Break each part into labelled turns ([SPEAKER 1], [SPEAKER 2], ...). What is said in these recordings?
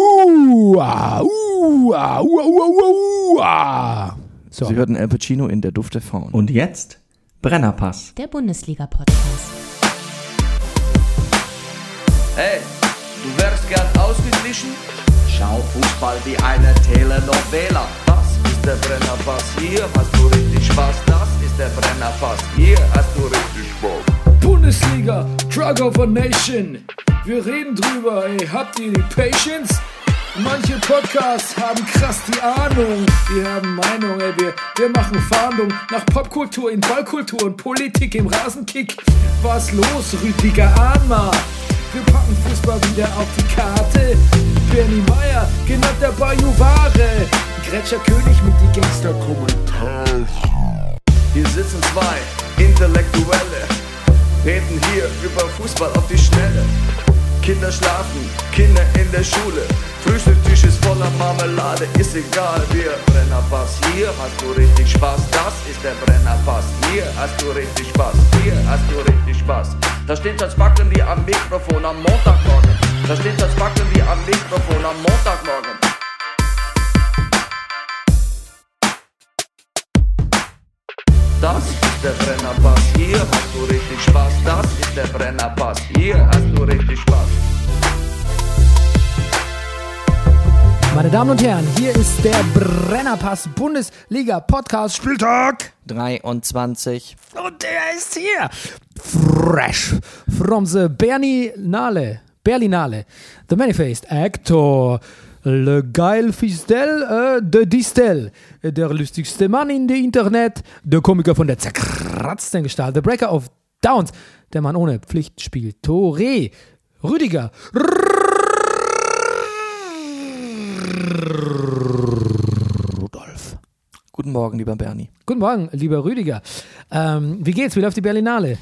[SPEAKER 1] Uh, ah, uh, ah, uh, uh, uh, uh, ah. So.
[SPEAKER 2] Sie hörten Al Pacino in Der Duft der Frauen.
[SPEAKER 3] Und jetzt Brennerpass.
[SPEAKER 4] Der Bundesliga-Podcast.
[SPEAKER 5] Hey, du wärst gern ausgeglichen? Schau Fußball wie eine Telenovela. Das ist der Brennerpass, hier hast du richtig Spaß. Das ist der Brennerpass, hier hast du richtig Spaß.
[SPEAKER 6] Bundesliga, Drug of a Nation. Wir reden drüber, ey. Habt ihr die Patience? Manche Podcasts haben krass die Ahnung. Wir haben Meinung, ey. Wir, wir machen Fahndung nach Popkultur in Ballkultur und Politik im Rasenkick. Was los, Rüdiger Ahnma? Wir packen Fußball wieder auf die Karte. Benny Meyer, genannt der Bayou Ware. Gretscher König mit die Gangster-Kommentare.
[SPEAKER 5] Hier sitzen zwei Intellektuelle, reden hier über Fußball auf die Schnelle. Kinder schlafen, Kinder in der Schule. Frühstücktisch ist voller Marmelade, ist egal, wir Brennerpass. Hier hast du richtig Spaß, das ist der Brennerpass. Hier hast du richtig Spaß, hier hast du richtig Spaß. Da steht das Backen wie am Mikrofon am Montagmorgen. Da steht das Backen wie am Mikrofon am Montagmorgen. Das ist der Brennerpass, hier hast du richtig Spaß. Das ist der Brennerpass, hier hast du richtig Spaß.
[SPEAKER 1] Meine Damen und Herren, hier ist der Brennerpass Bundesliga Podcast Spieltag.
[SPEAKER 2] 23.
[SPEAKER 1] Und der ist hier. Fresh from the Berlinale. Berlinale. The Manifest Actor. Le geil Fistel äh, de Distel. Der lustigste Mann in der Internet. Der Komiker von der zerkratzten Gestalt. The Breaker of Downs. Der Mann ohne Pflichtspiel. Tore. Rüdiger. Rudolf.
[SPEAKER 2] Guten Morgen, lieber Bernie.
[SPEAKER 1] Guten Morgen, lieber Rüdiger. Ähm, wie geht's? Wie läuft die Berlinale?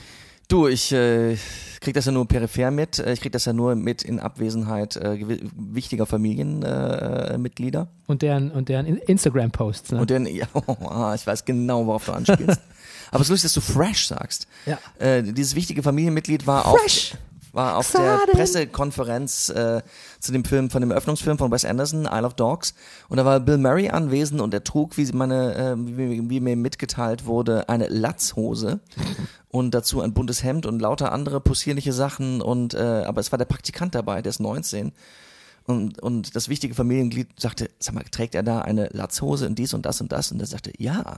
[SPEAKER 2] Du, ich äh, krieg das ja nur peripher mit. Äh, Ich krieg das ja nur mit in Abwesenheit äh, gewi- wichtiger Familienmitglieder. Äh, Mitglieder.
[SPEAKER 1] Und deren, und deren In- Instagram-Posts. Ne?
[SPEAKER 2] Und dann, ja, ah, ich weiß genau, worauf du anspielst. Aber es ist lustig, dass du fresh sagst.
[SPEAKER 1] Ja.
[SPEAKER 2] Äh, dieses wichtige Familienmitglied war auf,
[SPEAKER 1] Fresh.
[SPEAKER 2] war auf
[SPEAKER 1] Exciting.
[SPEAKER 2] der Pressekonferenz äh, zu dem Film, von dem Eröffnungsfilm von Wes Anderson, Isle of Dogs. Und da war Bill Murray anwesend und er trug, wie, sie meine, äh, wie, wie mir mitgeteilt wurde, eine Latzhose. Und dazu ein buntes Hemd und lauter andere possierliche Sachen. Und äh, aber es war der Praktikant dabei, der ist 19. Und, und das wichtige Familienglied sagte, sag mal, trägt er da eine Latzhose und dies und das und das? Und er sagte, ja,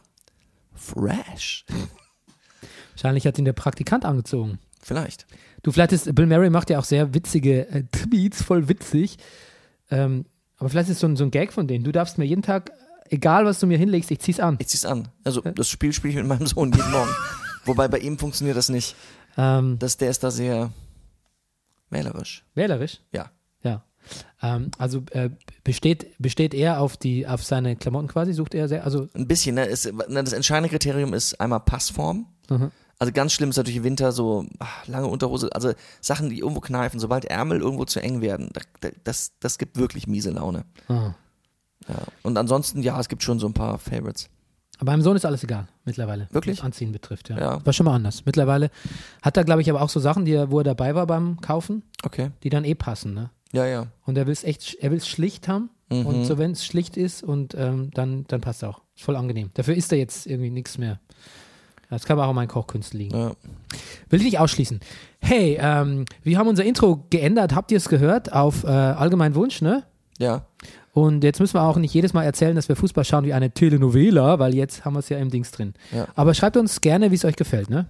[SPEAKER 2] fresh.
[SPEAKER 1] Wahrscheinlich hat ihn der Praktikant angezogen.
[SPEAKER 2] Vielleicht.
[SPEAKER 1] Du, vielleicht ist, Bill Murray macht ja auch sehr witzige äh, Tweets, voll witzig. Ähm, aber vielleicht ist so ein, so ein Gag von denen. Du darfst mir jeden Tag, egal was du mir hinlegst, ich zieh's an.
[SPEAKER 2] Ich zieh's an. Also das Spiel spiele ich mit meinem Sohn jeden Morgen. Wobei bei ihm funktioniert das nicht.
[SPEAKER 1] Ähm,
[SPEAKER 2] Das, der ist da sehr wählerisch.
[SPEAKER 1] wählerisch,
[SPEAKER 2] Ja.
[SPEAKER 1] ja. Ähm, also äh, besteht, besteht er auf, die, auf seine Klamotten quasi, sucht er sehr, also
[SPEAKER 2] Ein bisschen, ne? Es, ne, das entscheidende Kriterium ist einmal Passform. Also ganz schlimm ist natürlich Winter, so ach, lange Unterhose, also Sachen, die irgendwo kneifen, sobald Ärmel irgendwo zu eng werden, da, da, das, das gibt wirklich miese Laune.
[SPEAKER 1] Ah.
[SPEAKER 2] Ja. Und ansonsten, ja, es gibt schon so ein paar Favorites.
[SPEAKER 1] Aber meinem Sohn ist alles egal mittlerweile.
[SPEAKER 2] Wirklich?
[SPEAKER 1] Was Anziehen betrifft, ja.
[SPEAKER 2] Ja.
[SPEAKER 1] War schon mal anders. Mittlerweile hat er, glaube ich, aber auch so Sachen, die er, wo er dabei war beim Kaufen,
[SPEAKER 2] Okay.
[SPEAKER 1] die dann eh passen, ne?
[SPEAKER 2] Ja, ja.
[SPEAKER 1] Und er will es echt, sch- er will es schlicht haben.
[SPEAKER 2] Mhm.
[SPEAKER 1] Und so, wenn es schlicht ist und ähm, dann, dann passt auch. Ist voll angenehm. Dafür ist er jetzt irgendwie nichts mehr. Das kann aber auch an meinen Kochkünsten liegen.
[SPEAKER 2] Ja.
[SPEAKER 1] Will ich nicht ausschließen. Hey, ähm, wir haben unser Intro geändert. Habt ihr es gehört? Auf äh, allgemeinen Wunsch, ne?
[SPEAKER 2] ja.
[SPEAKER 1] Und jetzt müssen wir auch nicht jedes Mal erzählen, dass wir Fußball schauen wie eine Telenovela, weil jetzt haben wir es ja im Dings drin.
[SPEAKER 2] Ja.
[SPEAKER 1] Aber schreibt uns gerne, wie es euch gefällt, ne?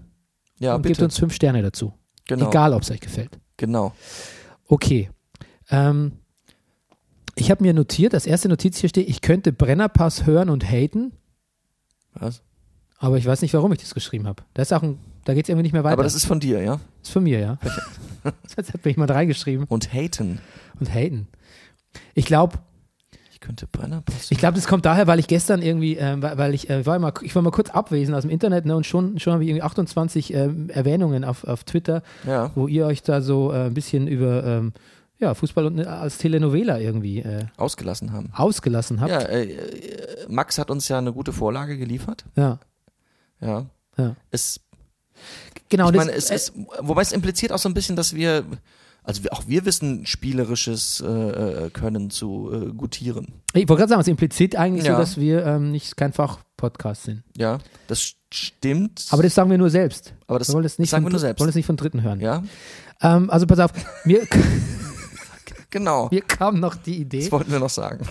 [SPEAKER 2] Ja,
[SPEAKER 1] Und gebt
[SPEAKER 2] bitte.
[SPEAKER 1] uns fünf Sterne dazu.
[SPEAKER 2] genau.
[SPEAKER 1] Egal, ob es euch gefällt.
[SPEAKER 2] Genau.
[SPEAKER 1] Okay. Ähm, ich habe mir notiert, als erste Notiz hier steht, ich könnte Brennerpass hören und haten,
[SPEAKER 2] Was?
[SPEAKER 1] aber ich weiß nicht, warum ich das geschrieben habe. Da ist auch ein, da geht es irgendwie nicht mehr weiter.
[SPEAKER 2] Aber das ist von dir, ja?
[SPEAKER 1] ist von mir, ja. das hat mir jemand reingeschrieben.
[SPEAKER 2] Und haten.
[SPEAKER 1] Und haten. Ich glaube,
[SPEAKER 2] Ich könnte Brennerpass.
[SPEAKER 1] Ich glaube, das kommt daher, weil ich gestern irgendwie, ähm, weil, weil ich, äh, war mal, ich war mal kurz abwesend aus dem Internet ne, und schon, schon habe ich irgendwie 28 ähm, Erwähnungen auf, auf Twitter,
[SPEAKER 2] ja.
[SPEAKER 1] wo ihr euch da so äh, ein bisschen über ähm, ja, Fußball und, äh, als Telenovela irgendwie äh,
[SPEAKER 2] Ausgelassen haben.
[SPEAKER 1] ausgelassen habt.
[SPEAKER 2] Ja, äh, äh, Max hat uns ja eine gute Vorlage geliefert.
[SPEAKER 1] Ja.
[SPEAKER 2] Ja.
[SPEAKER 1] Ja.
[SPEAKER 2] Es,
[SPEAKER 1] Genau, das-
[SPEAKER 2] ich Genau,
[SPEAKER 1] äh,
[SPEAKER 2] äh, meine, es ist, wobei es impliziert auch so ein bisschen, dass wir Also wir, auch wir wissen spielerisches äh, äh, Können zu äh, gutieren.
[SPEAKER 1] Ich wollte gerade sagen, es impliziert eigentlich
[SPEAKER 2] Ja.
[SPEAKER 1] so, dass wir ähm, nicht kein Fachpodcast sind.
[SPEAKER 2] Ja, das st- stimmt.
[SPEAKER 1] Aber das sagen wir nur selbst.
[SPEAKER 2] Aber das
[SPEAKER 1] wir wollen es nicht
[SPEAKER 2] sagen
[SPEAKER 1] von,
[SPEAKER 2] wir nur selbst.
[SPEAKER 1] Wollen es nicht von Dritten hören.
[SPEAKER 2] ja,
[SPEAKER 1] Ähm, also pass auf, mir,
[SPEAKER 2] genau.
[SPEAKER 1] mir kam noch die Idee.
[SPEAKER 2] Das wollten wir noch sagen.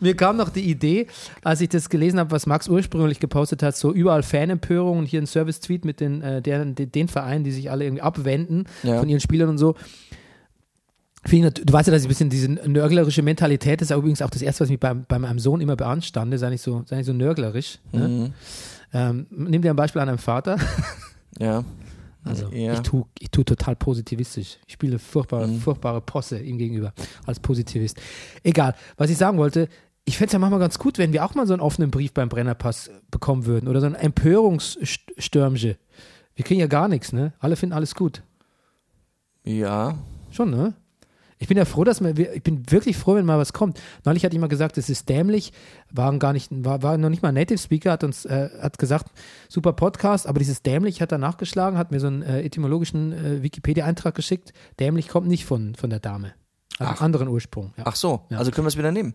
[SPEAKER 1] Mir kam noch die Idee, als ich das gelesen habe, was Max ursprünglich gepostet hat, so überall Fanempörung und hier ein Service-Tweet mit den, äh, deren, de- den Vereinen, die sich alle irgendwie abwenden
[SPEAKER 2] Ja.
[SPEAKER 1] von ihren Spielern und so. Finde Ich, nat- du weißt ja, dass ich ein bisschen diese nörglerische Mentalität das ist, übrigens auch das Erste, was mich bei, bei meinem Sohn immer beanstande, sei nicht so, sei nicht so nörglerisch. Ne?
[SPEAKER 2] Mhm.
[SPEAKER 1] Ähm, nimm dir ein Beispiel an einem Vater.
[SPEAKER 2] Ja.
[SPEAKER 1] Also
[SPEAKER 2] Ja.
[SPEAKER 1] ich tue ich tu total positivistisch. Ich spiele furchtbare, furchtbare Posse ihm gegenüber als Positivist. Egal, was ich sagen wollte, ich fände es ja manchmal ganz gut, wenn wir auch mal so einen offenen Brief beim Brennerpass bekommen würden oder so ein Empörungsstürmsche. Wir kriegen ja gar nichts, ne? Alle finden alles gut.
[SPEAKER 2] Ja.
[SPEAKER 1] Schon, ne? Ich bin ja froh, dass man, wir- ich bin wirklich froh, wenn mal was kommt. Neulich hatte ich mal gesagt, es ist dämlich, waren gar nicht, war, war noch nicht mal ein Native Speaker, hat uns, äh, hat gesagt, super Podcast, aber dieses dämlich hat er nachgeschlagen, hat mir so einen äh, etymologischen äh, Wikipedia-Eintrag geschickt. Dämlich kommt nicht von, von der Dame. Hat einen anderen Ursprung. Ja,
[SPEAKER 2] Ach so,
[SPEAKER 1] Ja.
[SPEAKER 2] also können wir es wieder nehmen.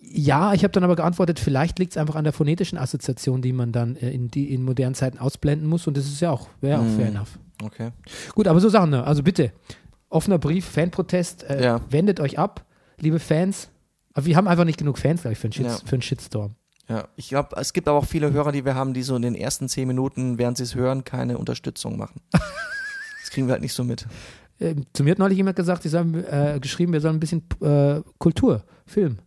[SPEAKER 1] ja ich habe dann aber geantwortet, vielleicht liegt es einfach an der phonetischen Assoziation, die man dann äh, in, die, in modernen Zeiten ausblenden muss und das ist ja auch, wäre auch fair enough.
[SPEAKER 2] Okay.
[SPEAKER 1] Gut, aber so Sachen, ne? also bitte. Offener Brief, Fanprotest, äh,
[SPEAKER 2] Ja.
[SPEAKER 1] wendet euch ab, liebe Fans. Aber wir haben einfach nicht genug Fans, glaube ich, für einen, Shits
[SPEAKER 2] Ja.
[SPEAKER 1] für einen Shitstorm.
[SPEAKER 2] Ja, ich glaube, es gibt aber auch viele Hörer, die wir haben, die so in den ersten zehn Minuten, während sie es hören, keine Unterstützung machen. Das kriegen wir halt nicht so mit.
[SPEAKER 1] Ähm, zu mir hat neulich jemand gesagt, sie haben äh, geschrieben, wir sollen ein bisschen äh, Kultur, Film,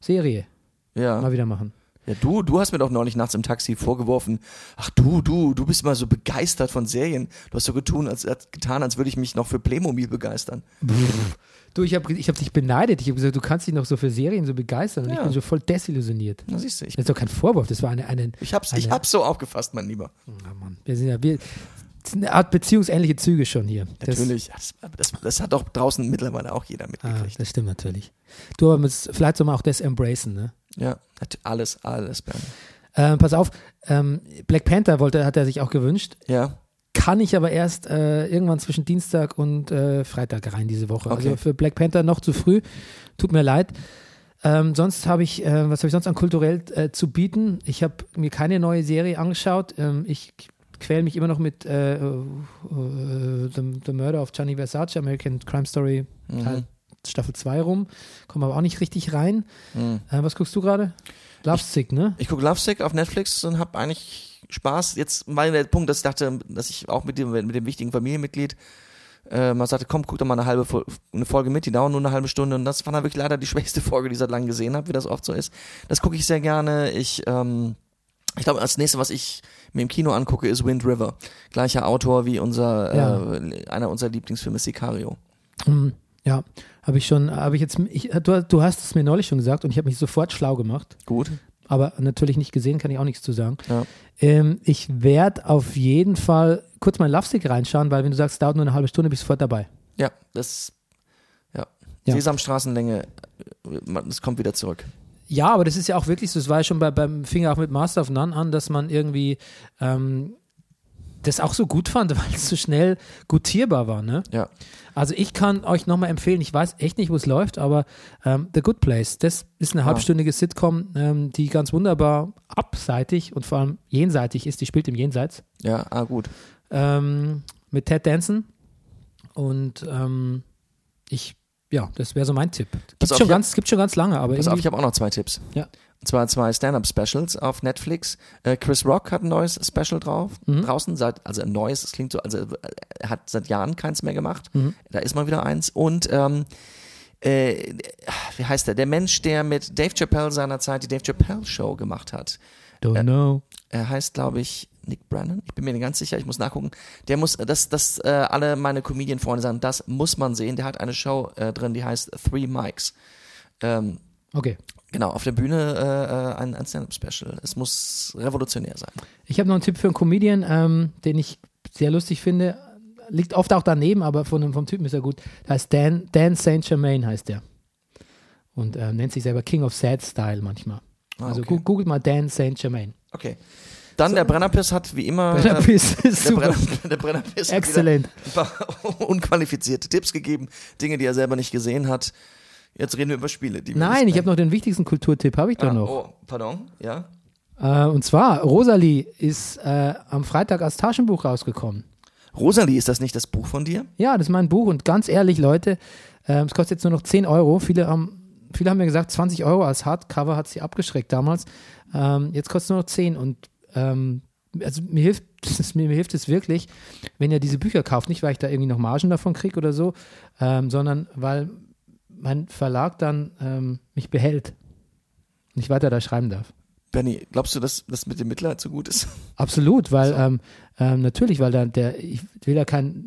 [SPEAKER 1] Serie
[SPEAKER 2] Ja.
[SPEAKER 1] mal wieder machen.
[SPEAKER 2] ja, du, du hast mir doch neulich nachts im Taxi vorgeworfen, ach du, du, du bist immer so begeistert von Serien. Du hast so getun, als, als getan, als würde ich mich noch für Playmobil begeistern.
[SPEAKER 1] Du, ich habe ich hab dich beneidet. Ich habe gesagt, du kannst dich noch so für Serien so begeistern. Und ich
[SPEAKER 2] Ja.
[SPEAKER 1] bin so voll desillusioniert.
[SPEAKER 2] Na siehst du, ich,
[SPEAKER 1] Das ist doch kein Vorwurf, das war eine, eine,
[SPEAKER 2] ich, hab's, ich
[SPEAKER 1] eine-
[SPEAKER 2] hab's so aufgefasst, mein Lieber.
[SPEAKER 1] Ah, Mann, wir sind ja, wir, das sind eine Art beziehungsähnliche Züge schon hier. Das-
[SPEAKER 2] Natürlich. Ja, Das, das, das hat auch draußen mittlerweile auch jeder
[SPEAKER 1] Ah,
[SPEAKER 2] mitgekriegt.
[SPEAKER 1] das stimmt natürlich. Du, aber es- vielleicht soll man auch das embracen, ne?
[SPEAKER 2] ja, hat alles, alles, Bernie.
[SPEAKER 1] Ähm, pass auf, ähm, Black Panther wollte, hat er sich auch gewünscht.
[SPEAKER 2] Ja.
[SPEAKER 1] Kann ich aber erst äh, irgendwann zwischen Dienstag und äh, Freitag rein diese Woche. Also
[SPEAKER 2] Okay.
[SPEAKER 1] für Black Panther noch zu früh. Tut mir leid. Ähm, sonst habe ich, äh, was habe ich sonst an kulturell äh, zu bieten? Ich habe mir keine neue Serie angeschaut. Ähm, ich quäle mich immer noch mit äh, äh, The, The Murder of Gianni Versace, American Crime Story
[SPEAKER 2] Mhm.
[SPEAKER 1] Teil, Staffel 2 rum. Komme aber auch nicht richtig rein.
[SPEAKER 2] Mhm.
[SPEAKER 1] Äh, was guckst du gerade? Love Sick, ne?
[SPEAKER 2] Ich gucke Lovesick auf Netflix und habe eigentlich Spaß. Jetzt war der Punkt, dass ich dachte, dass ich auch mit dem, mit dem wichtigen Familienmitglied äh, mal sagte, komm, guck doch mal eine halbe Fol- eine Folge mit, die dauert nur eine halbe Stunde. Und das war dann wirklich leider die schwächste Folge, die ich seit langem gesehen habe, wie das oft so ist. Das gucke ich sehr gerne. Ich, ähm, ich glaube, als nächstes, was ich mir im Kino angucke, ist Wind River. Gleicher Autor wie unser, äh, einer unserer Lieblingsfilme Sicario.
[SPEAKER 1] Mm, Ja, habe ich schon, habe ich jetzt, ich, äh, du, du hast es mir neulich schon gesagt und ich habe mich sofort schlau gemacht,
[SPEAKER 2] Gut.
[SPEAKER 1] aber natürlich nicht gesehen, kann ich auch nichts zu sagen.
[SPEAKER 2] Ja.
[SPEAKER 1] Ähm, ich werde auf jeden Fall kurz mein Lovestick reinschauen, weil wenn du sagst, es dauert nur eine halbe Stunde, bist du sofort dabei.
[SPEAKER 2] Ja, das, ja.
[SPEAKER 1] Ja.
[SPEAKER 2] Sesamstraßenlänge, äh, man- das kommt wieder zurück.
[SPEAKER 1] Ja, aber das ist ja auch wirklich so, das war ja schon bei, beim Finger auch mit Master of None an, dass man irgendwie ähm, das auch so gut fand, weil es so schnell gutierbar war, ne?
[SPEAKER 2] Ja.
[SPEAKER 1] Also ich kann euch nochmal empfehlen, ich weiß echt nicht, wo es läuft, aber ähm, The Good Place, das ist eine halbstündige Sitcom, ähm, die ganz wunderbar abseitig und vor allem jenseitig ist, die spielt im Jenseits
[SPEAKER 2] Ja, ah, gut.
[SPEAKER 1] ähm, mit Ted Danson und ähm, ich, ja, das wäre so mein Tipp. Gibt
[SPEAKER 2] auf,
[SPEAKER 1] schon,
[SPEAKER 2] ich hab-
[SPEAKER 1] ganz, gibt schon ganz lange, aber
[SPEAKER 2] Pass auf,
[SPEAKER 1] irgendwie,
[SPEAKER 2] ich habe auch noch zwei Tipps.
[SPEAKER 1] Ja.
[SPEAKER 2] Und zwar zwei Stand-Up-Specials auf Netflix. Äh, Chris Rock hat ein neues Special drauf, draußen, seit, also ein neues, es klingt so, also äh, er hat seit Jahren keins mehr gemacht. Da ist mal wieder eins. Und ähm, äh, wie heißt der? Der Mensch, der mit Dave Chappelle seinerzeit die Dave Chappelle Show gemacht hat.
[SPEAKER 1] don't know.
[SPEAKER 2] Er heißt, glaube ich, Nick Brennan. Ich bin mir nicht ganz sicher, ich muss nachgucken. Der muss, das, das, äh, alle meine Comedian-Freunde sagen, das muss man sehen. Der hat eine Show äh, drin, die heißt Three Mics. Ähm,
[SPEAKER 1] Okay.
[SPEAKER 2] Genau, auf der Bühne äh, äh, ein, ein Stand-Up-Special. Es muss revolutionär sein.
[SPEAKER 1] Ich habe noch einen Tipp für einen Comedian, ähm, den ich sehr lustig finde. Liegt oft auch daneben, aber von, dem- vom Typen ist er gut. Der heißt Dan, Dan St. Germain, heißt der. Und äh, nennt sich selber King of Sad Style manchmal.
[SPEAKER 2] Ah,
[SPEAKER 1] also
[SPEAKER 2] okay.
[SPEAKER 1] gu- googelt mal Dan St. Germain.
[SPEAKER 2] Okay. Dann der Brennerpiss hat wie immer. äh,
[SPEAKER 1] Brennerpiss ist
[SPEAKER 2] der,
[SPEAKER 1] super.
[SPEAKER 2] Brenner, der Brennerpiss
[SPEAKER 1] Exzellent.
[SPEAKER 2] hat wieder ein paar unqualifizierte Tipps gegeben, Dinge, die er selber nicht gesehen hat. Jetzt reden wir über Spiele. Die wir
[SPEAKER 1] Nein,
[SPEAKER 2] nicht
[SPEAKER 1] ich habe noch den wichtigsten Kulturtipp, habe ich
[SPEAKER 2] kennen.
[SPEAKER 1] doch noch.
[SPEAKER 2] Ah, Oh, pardon, ja.
[SPEAKER 1] Äh, und zwar, Rosalie ist äh, am Freitag als Taschenbuch rausgekommen.
[SPEAKER 2] Rosalie, ist das nicht das Buch von dir?
[SPEAKER 1] Ja, das ist mein Buch und ganz ehrlich, Leute, ähm, es kostet jetzt nur noch 10 Euro. Viele haben, viele haben mir gesagt, 20 Euro als Hardcover hat sie abgeschreckt damals. Ähm, jetzt kostet es nur noch 10 und ähm, also mir hilft es mir, mir hilft es wirklich, wenn ihr diese Bücher kauft, nicht weil ich da irgendwie noch Margen davon kriege oder so, ähm, sondern weil mein Verlag dann ähm, mich behält und ich weiter da schreiben darf.
[SPEAKER 2] Benny, glaubst du, dass das mit dem Mitleid so gut ist?
[SPEAKER 1] Absolut, weil ähm, ähm, natürlich, weil da der, ich will ja kein,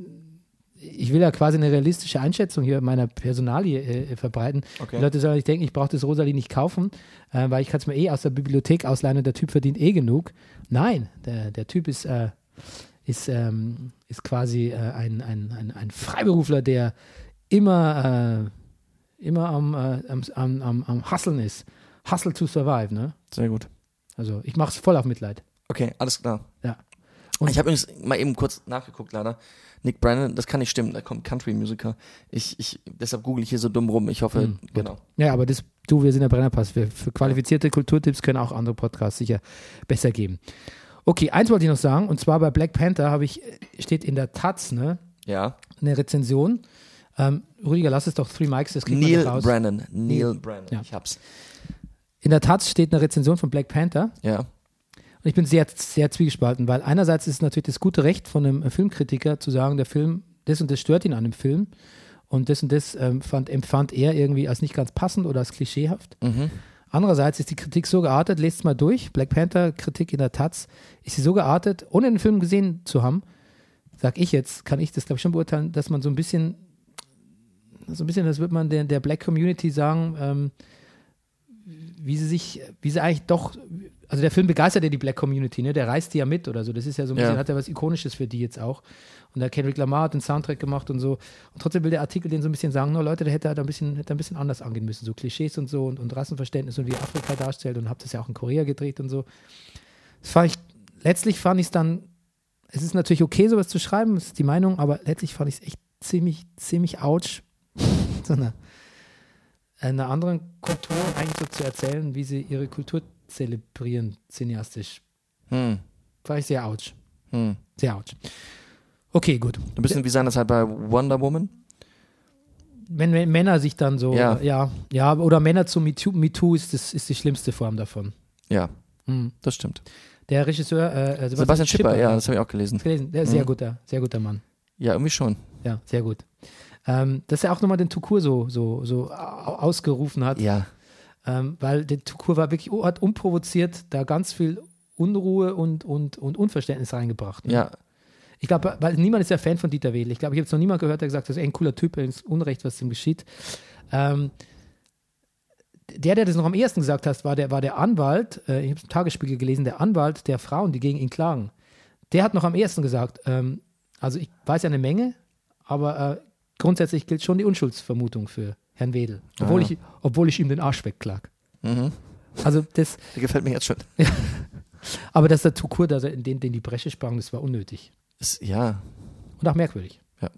[SPEAKER 1] ich will ja quasi eine realistische Einschätzung hier meiner Personalie äh, verbreiten.
[SPEAKER 2] Okay.
[SPEAKER 1] Die Leute sollen nicht denken, ich brauche das Rosalie nicht kaufen, äh, weil ich kann es mir eh aus der Bibliothek ausleihen und der Typ verdient eh genug. Nein, der, der Typ ist, äh, ist, ähm, ist quasi äh, ein, ein, ein, ein Freiberufler, der immer, äh, immer am, äh, am, am, am, am Hustlen ist. Hustle to survive, ne?
[SPEAKER 2] Sehr gut.
[SPEAKER 1] Also ich mache es voll auf Mitleid.
[SPEAKER 2] Okay, alles klar.
[SPEAKER 1] Ja. Und-
[SPEAKER 2] Und ich habe übrigens mal eben kurz nachgeguckt, leider. Nick Brennan, das kann nicht stimmen, da kommt Country-Musiker. Ich, ich, deshalb google ich hier so dumm rum. Ich hoffe,
[SPEAKER 1] Hm, gut.
[SPEAKER 2] genau.
[SPEAKER 1] Ja, aber das, du, wir sind der Brennerpass. Wir, für qualifizierte Kulturtipps können auch andere Podcasts sicher besser geben. Okay, eins wollte ich noch sagen, und zwar bei Black Panther habe ich, steht in der Taz, ne,
[SPEAKER 2] Ja.
[SPEAKER 1] eine Rezension. Ähm, Rüdiger, lass es doch Three Mics, das kriegt man
[SPEAKER 2] Neil
[SPEAKER 1] doch raus.
[SPEAKER 2] Brennan. Neil Brennan.
[SPEAKER 1] Ja.
[SPEAKER 2] Ich hab's.
[SPEAKER 1] In der Taz steht eine Rezension von Black Panther.
[SPEAKER 2] Ja.
[SPEAKER 1] Und ich bin sehr, sehr zwiegespalten, weil einerseits ist es natürlich das gute Recht von einem Filmkritiker zu sagen, der Film, das und das stört ihn an dem Film. Und das und das ähm, fand, empfand er irgendwie als nicht ganz passend oder als klischeehaft. Andererseits ist die Kritik so geartet, lest es mal durch, Black Panther Kritik in der Taz, ist sie so geartet, ohne den Film gesehen zu haben, sag ich jetzt, kann ich das glaube ich schon beurteilen, dass man so ein bisschen, so ein bisschen, das wird man der, der Black Community sagen, ähm, wie sie sich, wie sie eigentlich doch, also der Film begeistert ja die Black Community, ne? Der reißt die ja mit oder so. Das ist ja so ein
[SPEAKER 2] Ja.
[SPEAKER 1] bisschen, hat ja was Ikonisches für die jetzt auch. Und da Kendrick Lamar hat den Soundtrack gemacht und so. Und trotzdem will der Artikel den so ein bisschen sagen, no Leute, der hätte halt ein bisschen, hätte ein bisschen anders angehen müssen. So Klischees und so und, und Rassenverständnis und wie Afrika darstellt und hab das ja auch in Korea gedreht und so. Das fand ich, letztlich fand ich es dann, es ist natürlich okay, sowas zu schreiben, das ist die Meinung, aber letztlich fand ich es echt ziemlich, ziemlich ouch, so einer, einer anderen Kultur eigentlich so zu erzählen, wie sie ihre Kultur zelebrieren, cineastisch.
[SPEAKER 2] Hm.
[SPEAKER 1] Fand ich sehr ouch.
[SPEAKER 2] Hm.
[SPEAKER 1] Sehr ouch. Okay, gut.
[SPEAKER 2] Ein bisschen wie seinerzeit bei Wonder Woman.
[SPEAKER 1] Wenn, wenn Männer sich dann so,
[SPEAKER 2] Ja.
[SPEAKER 1] ja, ja, ja oder Männer zu MeToo, MeToo ist, das, ist die schlimmste Form davon.
[SPEAKER 2] Ja,
[SPEAKER 1] Hm.
[SPEAKER 2] das stimmt.
[SPEAKER 1] Der Regisseur äh, äh, Sebastian,
[SPEAKER 2] Sebastian Schipper, ja, Hm.
[SPEAKER 1] ja.
[SPEAKER 2] das habe ich auch gelesen.
[SPEAKER 1] Gelesen. Der ist sehr guter, sehr guter Mann.
[SPEAKER 2] Ja, irgendwie schon.
[SPEAKER 1] Ja, sehr gut. Ähm, dass er auch nochmal den Tukur so, so, so au- ausgerufen hat.
[SPEAKER 2] Ja.
[SPEAKER 1] ähm, weil der Tukur war wirklich, hat unprovoziert da ganz viel Unruhe und, und, und Unverständnis reingebracht. ne?
[SPEAKER 2] Ja.
[SPEAKER 1] Ich glaube, weil niemand ist ja Fan von Dieter Wedel. Ich glaube, ich habe es noch niemand gehört, der gesagt hat, das ist echt ein cooler Typ, es ist Unrecht, was ihm geschieht. Ähm, der, der das noch am ehesten gesagt hat, war der, war der Anwalt, äh, ich habe es im Tagesspiegel gelesen, der Anwalt der Frauen, die gegen ihn klagen. Der hat noch am ehesten gesagt, ähm, also ich weiß ja eine Menge, aber äh, grundsätzlich gilt schon die Unschuldsvermutung für Herrn Wedel, obwohl,
[SPEAKER 2] Ah.
[SPEAKER 1] ich, obwohl ich ihm den Arsch wegklag. Also das,
[SPEAKER 2] Der gefällt mir jetzt schon.
[SPEAKER 1] aber dass der Tukur da so in den, den die Bresche sprang, das war unnötig.
[SPEAKER 2] Ist, ja.
[SPEAKER 1] Und auch merkwürdig.
[SPEAKER 2] Ja.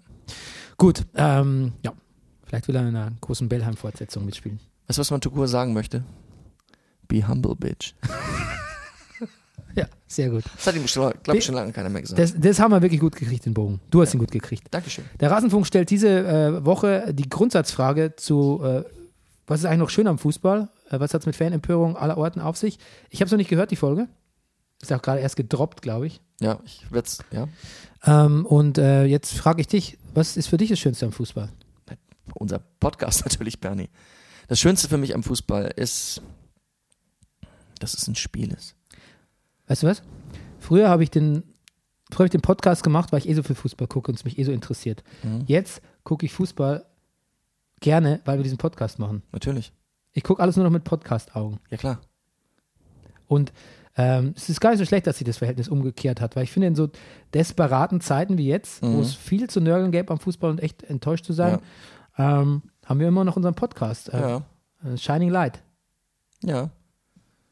[SPEAKER 1] Gut, ähm, ja. Vielleicht will er in einer großen Bellheim-Fortsetzung mitspielen.
[SPEAKER 2] Weißt du, was man Tukur sagen möchte? Be humble, bitch.
[SPEAKER 1] Ja, sehr gut.
[SPEAKER 2] Das hat ihm, glaube ich, schon lange keiner mehr gesagt.
[SPEAKER 1] Das, das haben wir wirklich gut gekriegt, den Bogen. Du hast ihn gut gekriegt.
[SPEAKER 2] Dankeschön.
[SPEAKER 1] Der Rasenfunk stellt diese äh, Woche die Grundsatzfrage zu, äh, was ist eigentlich noch schön am Fußball? Äh, was hat es mit Fanempörung aller Orten auf sich? Ich habe es noch nicht gehört, die Folge. Ist auch gerade erst gedroppt, glaube ich.
[SPEAKER 2] Ja, ich werde es, ja.
[SPEAKER 1] Ähm, und äh, jetzt frage ich dich, was ist für dich das Schönste am Fußball?
[SPEAKER 2] Unser Podcast natürlich, Bernie. Das Schönste für mich am Fußball ist, dass es ein Spiel ist.
[SPEAKER 1] Weißt du was? Früher habe ich den früher habe ich den Podcast gemacht, weil ich eh so viel Fußball gucke und es mich eh so interessiert. Jetzt gucke ich Fußball gerne, weil wir diesen Podcast machen.
[SPEAKER 2] Natürlich.
[SPEAKER 1] Ich gucke alles nur noch mit Podcast-Augen.
[SPEAKER 2] Ja, klar.
[SPEAKER 1] Und ähm, es ist gar nicht so schlecht, dass sich das Verhältnis umgekehrt hat, weil ich finde, in so desperaten Zeiten wie jetzt, wo es viel zu nörgeln gäbe am Fußball und echt enttäuscht zu sein, ähm, haben wir immer noch unseren Podcast. Äh,
[SPEAKER 2] Ja.
[SPEAKER 1] äh, Shining Light.
[SPEAKER 2] Ja.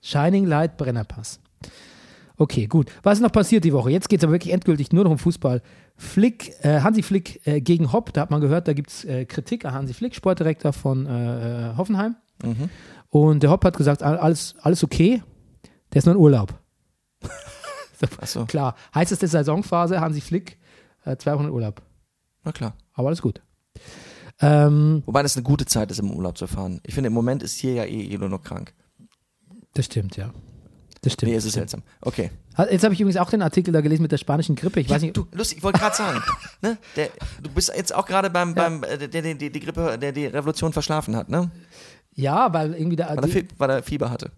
[SPEAKER 1] Shining Light Brennerpass. Okay, gut. Was ist noch passiert die Woche? Jetzt geht es aber wirklich endgültig nur noch um Fußball. Flick, äh, Hansi Flick äh, gegen Hopp, da hat man gehört, da gibt es äh, Kritik an Hansi Flick, Sportdirektor von äh, äh, Hoffenheim.
[SPEAKER 2] Mhm.
[SPEAKER 1] Und der Hopp hat gesagt, al- alles, alles okay, der ist nur in Urlaub.
[SPEAKER 2] Achso,
[SPEAKER 1] Klar, heißeste Saisonphase, Hansi Flick, äh, zwei Wochen in Urlaub.
[SPEAKER 2] na klar.
[SPEAKER 1] Aber alles gut. Ähm,
[SPEAKER 2] Wobei das eine gute Zeit ist, im Urlaub zu fahren. Ich finde, im Moment ist hier ja eh jeder nur krank.
[SPEAKER 1] das stimmt, ja. Das stimmt.
[SPEAKER 2] Nee, es ist seltsam. Okay.
[SPEAKER 1] Ha- Jetzt habe ich übrigens auch den Artikel da gelesen mit der spanischen Grippe. Ich weiß nicht,
[SPEAKER 2] Du, lustig, ich wollte gerade sagen, ne? Der, du bist jetzt auch gerade beim, beim äh, der, der, der die Grippe, der die Revolution verschlafen hat, ne?
[SPEAKER 1] ja, weil irgendwie da,
[SPEAKER 2] Weil
[SPEAKER 1] die,
[SPEAKER 2] er, Fieber, weil er Fieber hatte.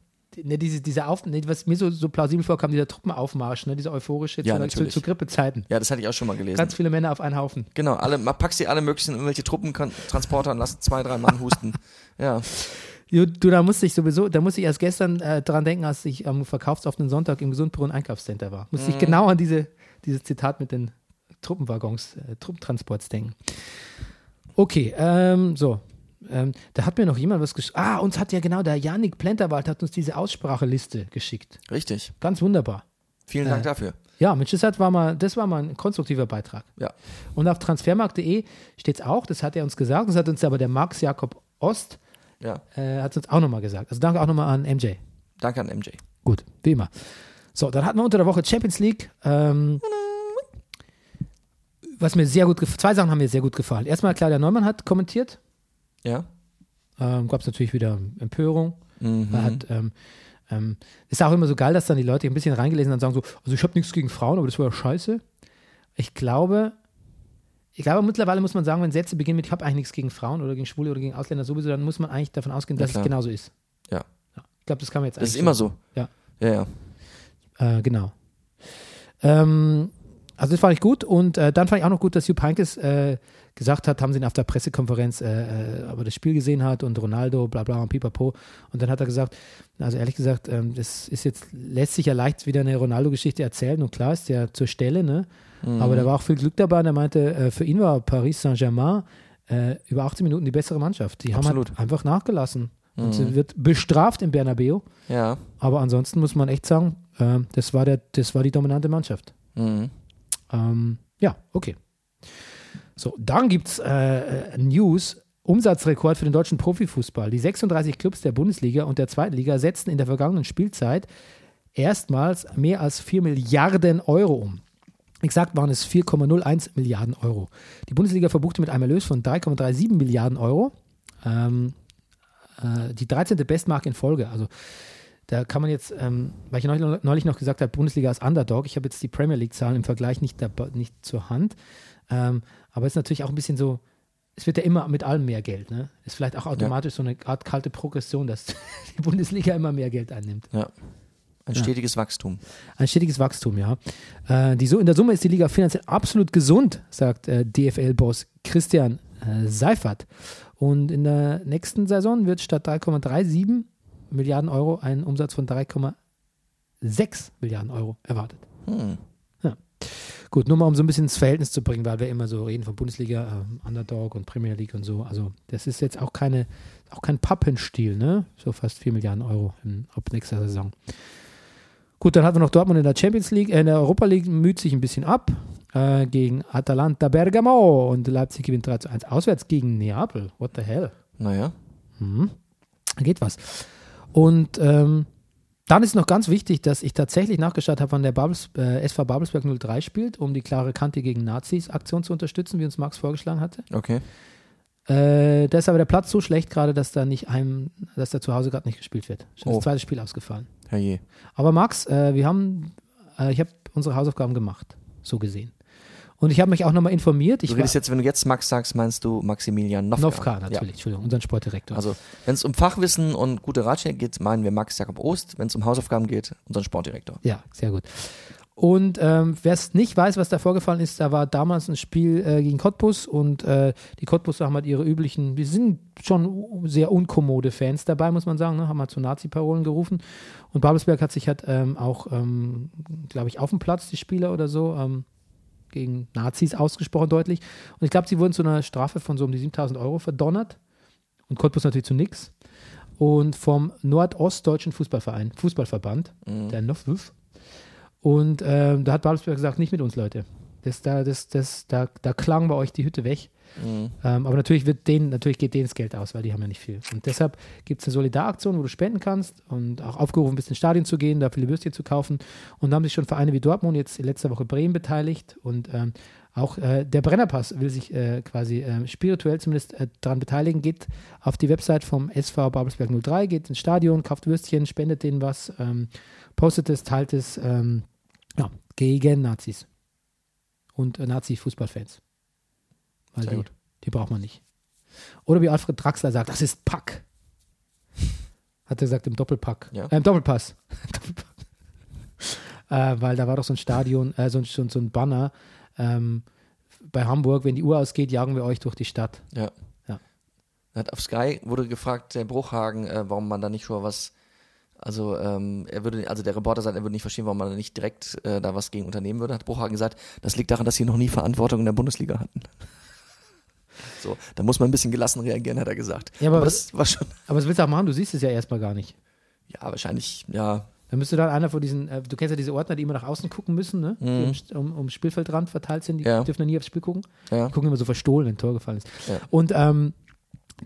[SPEAKER 1] ne, diese, diese Auf, ne, was mir so, so plausibel vorkam, dieser Truppenaufmarsch, ne, dieser euphorische
[SPEAKER 2] Ja,
[SPEAKER 1] zu, zu,
[SPEAKER 2] natürlich.
[SPEAKER 1] zu Grippezeiten.
[SPEAKER 2] Ja, das hatte ich auch schon mal gelesen.
[SPEAKER 1] Ganz viele Männer auf einen Haufen.
[SPEAKER 2] genau, alle, man packt sie alle möglichen irgendwelche Truppentransporter und lasst zwei, drei Mann husten. Ja.
[SPEAKER 1] Du, du, da musste ich sowieso, da musste ich erst gestern äh, dran denken, als ich am verkaufsoffenen Sonntag im Gesundbrunnen Einkaufscenter war. Musste
[SPEAKER 2] Mhm.
[SPEAKER 1] ich genau an diese, dieses Zitat mit den Truppenwaggons, äh, Truppentransports denken. Okay, ähm, so. Ähm, da hat mir noch jemand was geschickt. Ah, uns hat ja genau der Janik Plenterwald hat uns diese Ausspracheliste geschickt.
[SPEAKER 2] Richtig.
[SPEAKER 1] Ganz wunderbar.
[SPEAKER 2] Vielen Dank dafür.
[SPEAKER 1] Ja, mit Schissert war mal, das war mal ein konstruktiver Beitrag.
[SPEAKER 2] Ja.
[SPEAKER 1] Und auf transfermarkt.de steht es auch, das hat er uns gesagt, das hat uns aber der Max Jakob Ost,
[SPEAKER 2] Ja.
[SPEAKER 1] äh, hat es uns auch nochmal gesagt. Also danke auch nochmal an MJ.
[SPEAKER 2] Danke an MJ.
[SPEAKER 1] Gut, wie immer. So, dann hatten wir unter der Woche Champions League. Ähm, was mir sehr gut gef- zwei Sachen haben mir sehr gut gefallen. Erstmal Claudia Neumann hat kommentiert,
[SPEAKER 2] Ja.
[SPEAKER 1] ähm, gab es natürlich wieder Empörung.
[SPEAKER 2] Mhm.
[SPEAKER 1] Er Hat, ähm, ähm, ist auch immer so geil, dass dann die Leute ein bisschen reingelesen haben und sagen so, also ich habe nichts gegen Frauen, aber das war ja scheiße. Ich glaube, ich glaube mittlerweile muss man sagen, wenn Sätze beginnen mit, ich habe eigentlich nichts gegen Frauen oder gegen Schwule oder gegen Ausländer sowieso, dann muss man eigentlich davon ausgehen, dass es
[SPEAKER 2] klar.
[SPEAKER 1] genauso ist.
[SPEAKER 2] Ja.
[SPEAKER 1] Ich glaube, das kann man jetzt
[SPEAKER 2] Das ist
[SPEAKER 1] eigentlich
[SPEAKER 2] immer so.
[SPEAKER 1] Ja.
[SPEAKER 2] Ja, ja.
[SPEAKER 1] äh, genau. Ähm, also das fand ich gut und äh, dann fand ich auch noch gut, dass Jupp Heynckes äh, gesagt hat, haben sie ihn auf der Pressekonferenz, äh, äh, aber das Spiel gesehen hat und Ronaldo, bla bla und pipapo und dann hat er gesagt, also ehrlich gesagt, ähm, das ist jetzt, lässt sich ja leicht wieder eine Ronaldo-Geschichte erzählen und klar ist der zur Stelle, ne, aber da war auch viel Glück dabei und er meinte, äh, für ihn war Paris Saint-Germain äh, über 18 Minuten die bessere Mannschaft. Die haben halt
[SPEAKER 2] Absolut.
[SPEAKER 1] einfach nachgelassen und sie wird bestraft im Bernabeu.
[SPEAKER 2] Ja.
[SPEAKER 1] Aber ansonsten muss man echt sagen, ähm, das, war der, das war die dominante Mannschaft.
[SPEAKER 2] Mhm.
[SPEAKER 1] Ähm, ja, okay. So, dann gibt es äh, äh, News. Umsatzrekord für den deutschen Profifußball. Die 36 Clubs der Bundesliga und der zweiten Liga setzten in der vergangenen Spielzeit erstmals mehr als 4 Milliarden Euro um. Exakt waren es 4,01 Milliarden Euro. Die Bundesliga verbuchte mit einem Erlös von 3,37 Milliarden Euro ähm, äh, die 13. Bestmarke in Folge. Also da kann man jetzt, ähm, weil ich neulich, neulich noch gesagt habe, Bundesliga ist Underdog. Ich habe jetzt die Premier League-Zahlen im Vergleich nicht, dabei, nicht zur Hand. Ähm, aber es ist natürlich auch ein bisschen so, es wird ja immer mit allem mehr Geld. Ne? Ist vielleicht auch automatisch so eine Art kalte Progression, dass die Bundesliga immer mehr Geld einnimmt.
[SPEAKER 2] Ja. Ein stetiges Wachstum.
[SPEAKER 1] Ein stetiges Wachstum, ja. Äh, die, so in der Summe ist die Liga finanziell absolut gesund, sagt äh, DFL-Boss Christian äh, Seifert. Und in der nächsten Saison wird statt 3,37 Milliarden Euro ein Umsatz von 3,6 Milliarden Euro erwartet.
[SPEAKER 2] Hm.
[SPEAKER 1] Gut, nur mal um so ein bisschen ins Verhältnis zu bringen, weil wir immer so reden von Bundesliga, ähm, Underdog und Premier League und so. Also das ist jetzt auch keine, auch kein Pappenstiel, ne? So fast 4 Milliarden Euro in, ab nächster Saison. Gut, dann hatten wir noch Dortmund in der Champions League, äh, in der Europa League müht sich ein bisschen ab äh, gegen Atalanta Bergamo und Leipzig gewinnt 3 zu 1 auswärts gegen Neapel. What the hell?
[SPEAKER 2] Naja.
[SPEAKER 1] Da Mhm. geht was. Und ähm, dann ist noch ganz wichtig, dass ich tatsächlich nachgeschaut habe, wann der Babels, äh, SV Babelsberg 03 spielt, um die klare Kante gegen Nazis Aktion zu unterstützen, wie uns Max vorgeschlagen hatte.
[SPEAKER 2] Okay.
[SPEAKER 1] Äh, da ist aber der Platz so schlecht gerade, dass da nicht einem, dass da zu Hause gerade nicht gespielt wird. Schon
[SPEAKER 2] Oh.
[SPEAKER 1] das zweite Spiel ausgefallen.
[SPEAKER 2] Herrje.
[SPEAKER 1] Aber Max, äh, wir haben, äh, ich habe unsere Hausaufgaben gemacht, so gesehen. Und ich habe mich auch nochmal informiert. Ich
[SPEAKER 2] Du redest jetzt, wenn du jetzt Max sagst, meinst du Maximilian Nofka.
[SPEAKER 1] Novka natürlich, Entschuldigung, unseren
[SPEAKER 2] Ja.
[SPEAKER 1] Sportdirektor.
[SPEAKER 2] Also, wenn es um Fachwissen und gute Ratschläge geht, meinen wir Max Jakob Ost. Wenn es um Hausaufgaben geht, unseren Sportdirektor.
[SPEAKER 1] Ja, sehr gut. Und ähm, wer es nicht weiß, was da vorgefallen ist, da war damals ein Spiel äh, gegen Cottbus und äh, die Cottbusser haben halt ihre üblichen, wir sind schon u- sehr unkommode Fans dabei, muss man sagen, ne? haben halt zu Nazi-Parolen gerufen. Und Babelsberg hat sich halt ähm, auch, ähm, glaube ich, auf dem Platz, die Spieler oder so, ähm, gegen Nazis ausgesprochen deutlich. Und ich glaube, sie wurden zu einer Strafe von so um die 7000 Euro verdonnert. Und Cottbus natürlich zu nix. Und vom Nordostdeutschen Fußballverein, Fußballverband, der NOFWÜF, Und ähm, da hat Babelsberg gesagt, nicht mit uns, Leute. Das, da, das, das, da, da klang bei euch die Hütte weg.
[SPEAKER 2] Mhm.
[SPEAKER 1] Ähm, aber natürlich wird denen, natürlich geht denen das Geld aus, weil die haben ja nicht viel. Und deshalb gibt es eine Solidaraktion, wo du spenden kannst und auch aufgerufen bist, ins Stadion zu gehen, da viele Würstchen zu kaufen. Und da haben sich schon Vereine wie Dortmund, jetzt letzte Woche Bremen beteiligt und ähm, auch äh, der Brennerpass will sich äh, quasi äh, spirituell zumindest äh, daran beteiligen. Geht auf die Website vom SV Babelsberg 03, geht ins Stadion, kauft Würstchen, spendet denen was, ähm, postet es, teilt es ähm, ja, gegen Nazis und äh, Nazi-Fußballfans. Weil
[SPEAKER 2] Sehr
[SPEAKER 1] die,
[SPEAKER 2] gut.
[SPEAKER 1] die braucht man nicht. Oder wie Alfred Draxler sagt, das ist Pack. Hat er gesagt im Doppelpack.
[SPEAKER 2] Ja.
[SPEAKER 1] Äh, Im Doppelpass. Doppelpack. Äh, weil da war doch so ein Stadion, äh, so, ein, so, ein- so ein Banner ähm, bei Hamburg, wenn die Uhr ausgeht, jagen wir euch durch die Stadt.
[SPEAKER 2] Ja.
[SPEAKER 1] Ja.
[SPEAKER 2] Hat auf Sky wurde gefragt, der Bruchhagen, äh, warum man da nicht schon was, also ähm, er würde, also der Reporter sagt, er würde nicht verstehen, warum man da nicht direkt äh, da was gegen unternehmen würde. Hat Bruchhagen gesagt, das liegt daran, dass sie noch nie Verantwortung in der Bundesliga hatten. So, da muss man ein bisschen gelassen reagieren, hat er gesagt.
[SPEAKER 1] Ja, aber
[SPEAKER 2] das war schon,
[SPEAKER 1] Aber was willst du auch machen? Du siehst es ja erstmal gar nicht.
[SPEAKER 2] ja, wahrscheinlich, ja,
[SPEAKER 1] Da müsste dann einer von diesen, äh, du kennst ja diese Ordner, die immer nach außen gucken müssen, ne? Die um, St- um, ums Spielfeldrand verteilt sind, die
[SPEAKER 2] Mhm. Ja.
[SPEAKER 1] dürfen ja nie aufs Spiel gucken.
[SPEAKER 2] ja.
[SPEAKER 1] Die gucken immer so verstohlen, wenn ein Tor gefallen ist.
[SPEAKER 2] Ja.
[SPEAKER 1] Und ähm,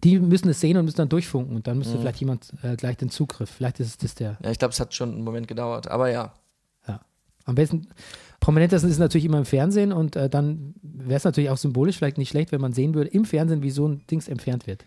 [SPEAKER 1] die müssen es sehen und müssen dann durchfunken und dann müsste
[SPEAKER 2] Mhm.
[SPEAKER 1] vielleicht jemand äh, gleich den Zugriff. Vielleicht ist es das der.
[SPEAKER 2] Ja, ich glaube, es hat schon einen Moment gedauert, aber ja.
[SPEAKER 1] Ja. Am besten, prominentesten ist es natürlich immer im Fernsehen und äh, dann wäre es natürlich auch symbolisch vielleicht nicht schlecht, wenn man sehen würde im Fernsehen, wie so ein Dings entfernt wird.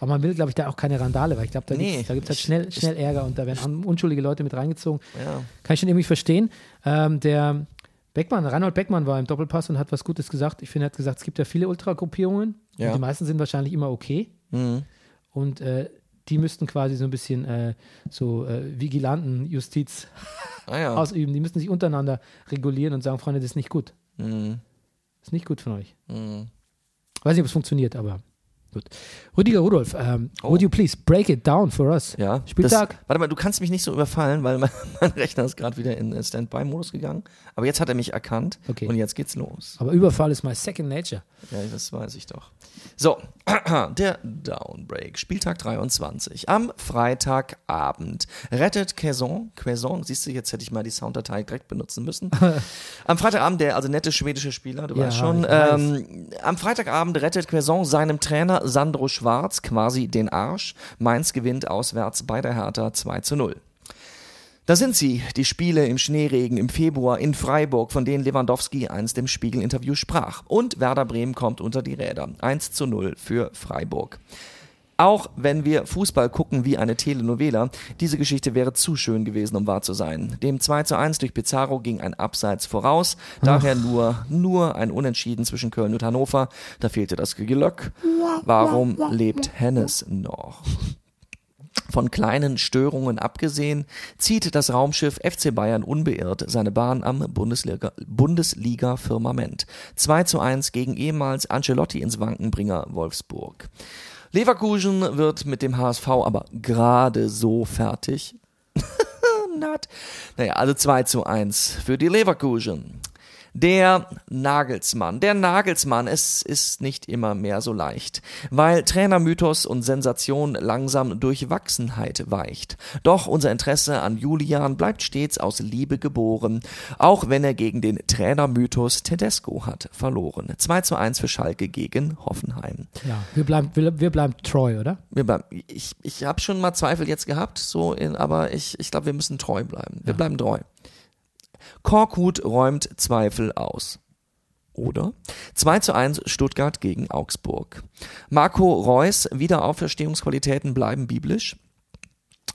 [SPEAKER 1] Aber man will, glaube ich, da auch keine Randale, weil ich glaube, da
[SPEAKER 2] Nee,
[SPEAKER 1] gibt's- da gibt es halt
[SPEAKER 2] ich-
[SPEAKER 1] schnell,
[SPEAKER 2] ich-
[SPEAKER 1] schnell Ärger und da werden an- unschuldige Leute mit reingezogen.
[SPEAKER 2] Ja.
[SPEAKER 1] Kann ich schon irgendwie verstehen. Ähm, der Beckmann, Reinhold Beckmann war im Doppelpass und hat was Gutes gesagt. Ich finde, er hat gesagt, es gibt ja viele Ultragruppierungen.
[SPEAKER 2] Ja.
[SPEAKER 1] Und die meisten sind wahrscheinlich immer okay.
[SPEAKER 2] Mhm.
[SPEAKER 1] Und äh, die müssten quasi so ein bisschen äh, so äh, Vigilantenjustiz
[SPEAKER 2] Ah ja.
[SPEAKER 1] ausüben. Die müssten sich untereinander regulieren und sagen, Freunde, das ist nicht gut.
[SPEAKER 2] mhm.
[SPEAKER 1] Das ist nicht gut von euch.
[SPEAKER 2] Mhm.
[SPEAKER 1] Weiß nicht, ob es funktioniert, aber gut. Rüdiger Rudolf, ähm, would you please break it down for us?
[SPEAKER 2] Oh. Ja.
[SPEAKER 1] Spieltag.
[SPEAKER 2] Das, warte mal, du kannst mich nicht so überfallen, weil mein, mein Rechner ist gerade wieder in äh, Standby-Modus gegangen. Aber jetzt hat er mich erkannt
[SPEAKER 1] Okay.
[SPEAKER 2] und jetzt geht's los.
[SPEAKER 1] Aber Überfall ist my second nature.
[SPEAKER 2] Ja, das weiß ich doch. So, der Downbreak, Spieltag 23. Am Freitagabend rettet Quaison, Quaison, siehst du, jetzt hätte ich mal die Sounddatei direkt benutzen müssen. am Freitagabend, der also nette schwedische Spieler, du
[SPEAKER 1] Ja,
[SPEAKER 2] weißt schon,
[SPEAKER 1] ich weiß.
[SPEAKER 2] ähm, am Freitagabend rettet Quaison seinem Trainer Sandro Schwarz quasi den Arsch. Mainz gewinnt auswärts bei der Hertha 2 zu 0. Da sind sie, die Spiele im Schneeregen im Februar in Freiburg, von denen Lewandowski einst im Spiegel-Interview sprach. Und Werder Bremen kommt unter die Räder. 1 zu 0 für Freiburg. Auch wenn wir Fußball gucken wie eine Telenovela, diese Geschichte wäre zu schön gewesen, um wahr zu sein. Dem 2 zu 1 durch Pizarro ging ein Abseits voraus, daher nur, nur ein Unentschieden zwischen Köln und Hannover. Da fehlte das Gelöck. Warum lebt Hennes noch? Von kleinen Störungen abgesehen, zieht das Raumschiff FC Bayern unbeirrt seine Bahn am Bundesliga- Bundesliga-Firmament. 2 zu 1 gegen ehemals Ancelotti ins Wankenbringer Wolfsburg. Leverkusen wird mit dem HSV aber gerade so fertig. Not. Naja, also 2 zu 1 für die Leverkusen. Der Nagelsmann. Der Nagelsmann, es ist nicht immer mehr so leicht, weil Trainermythos und Sensation langsam durch Wachsenheit weicht. Doch unser Interesse an Julian bleibt stets aus Liebe geboren, auch wenn er gegen den Trainermythos Tedesco hat verloren. 2 zu 1 für Schalke gegen Hoffenheim.
[SPEAKER 1] Ja, wir bleiben, wir, wir bleiben treu, oder?
[SPEAKER 2] Wir bleiben, ich ich habe schon mal Zweifel jetzt gehabt, so in, aber ich, ich glaube, wir müssen treu bleiben. Wir bleiben treu. Korkut räumt Zweifel aus. Oder? 2 zu 1 Stuttgart gegen Augsburg. Marco Reus, Wiederauferstehungsqualitäten bleiben biblisch.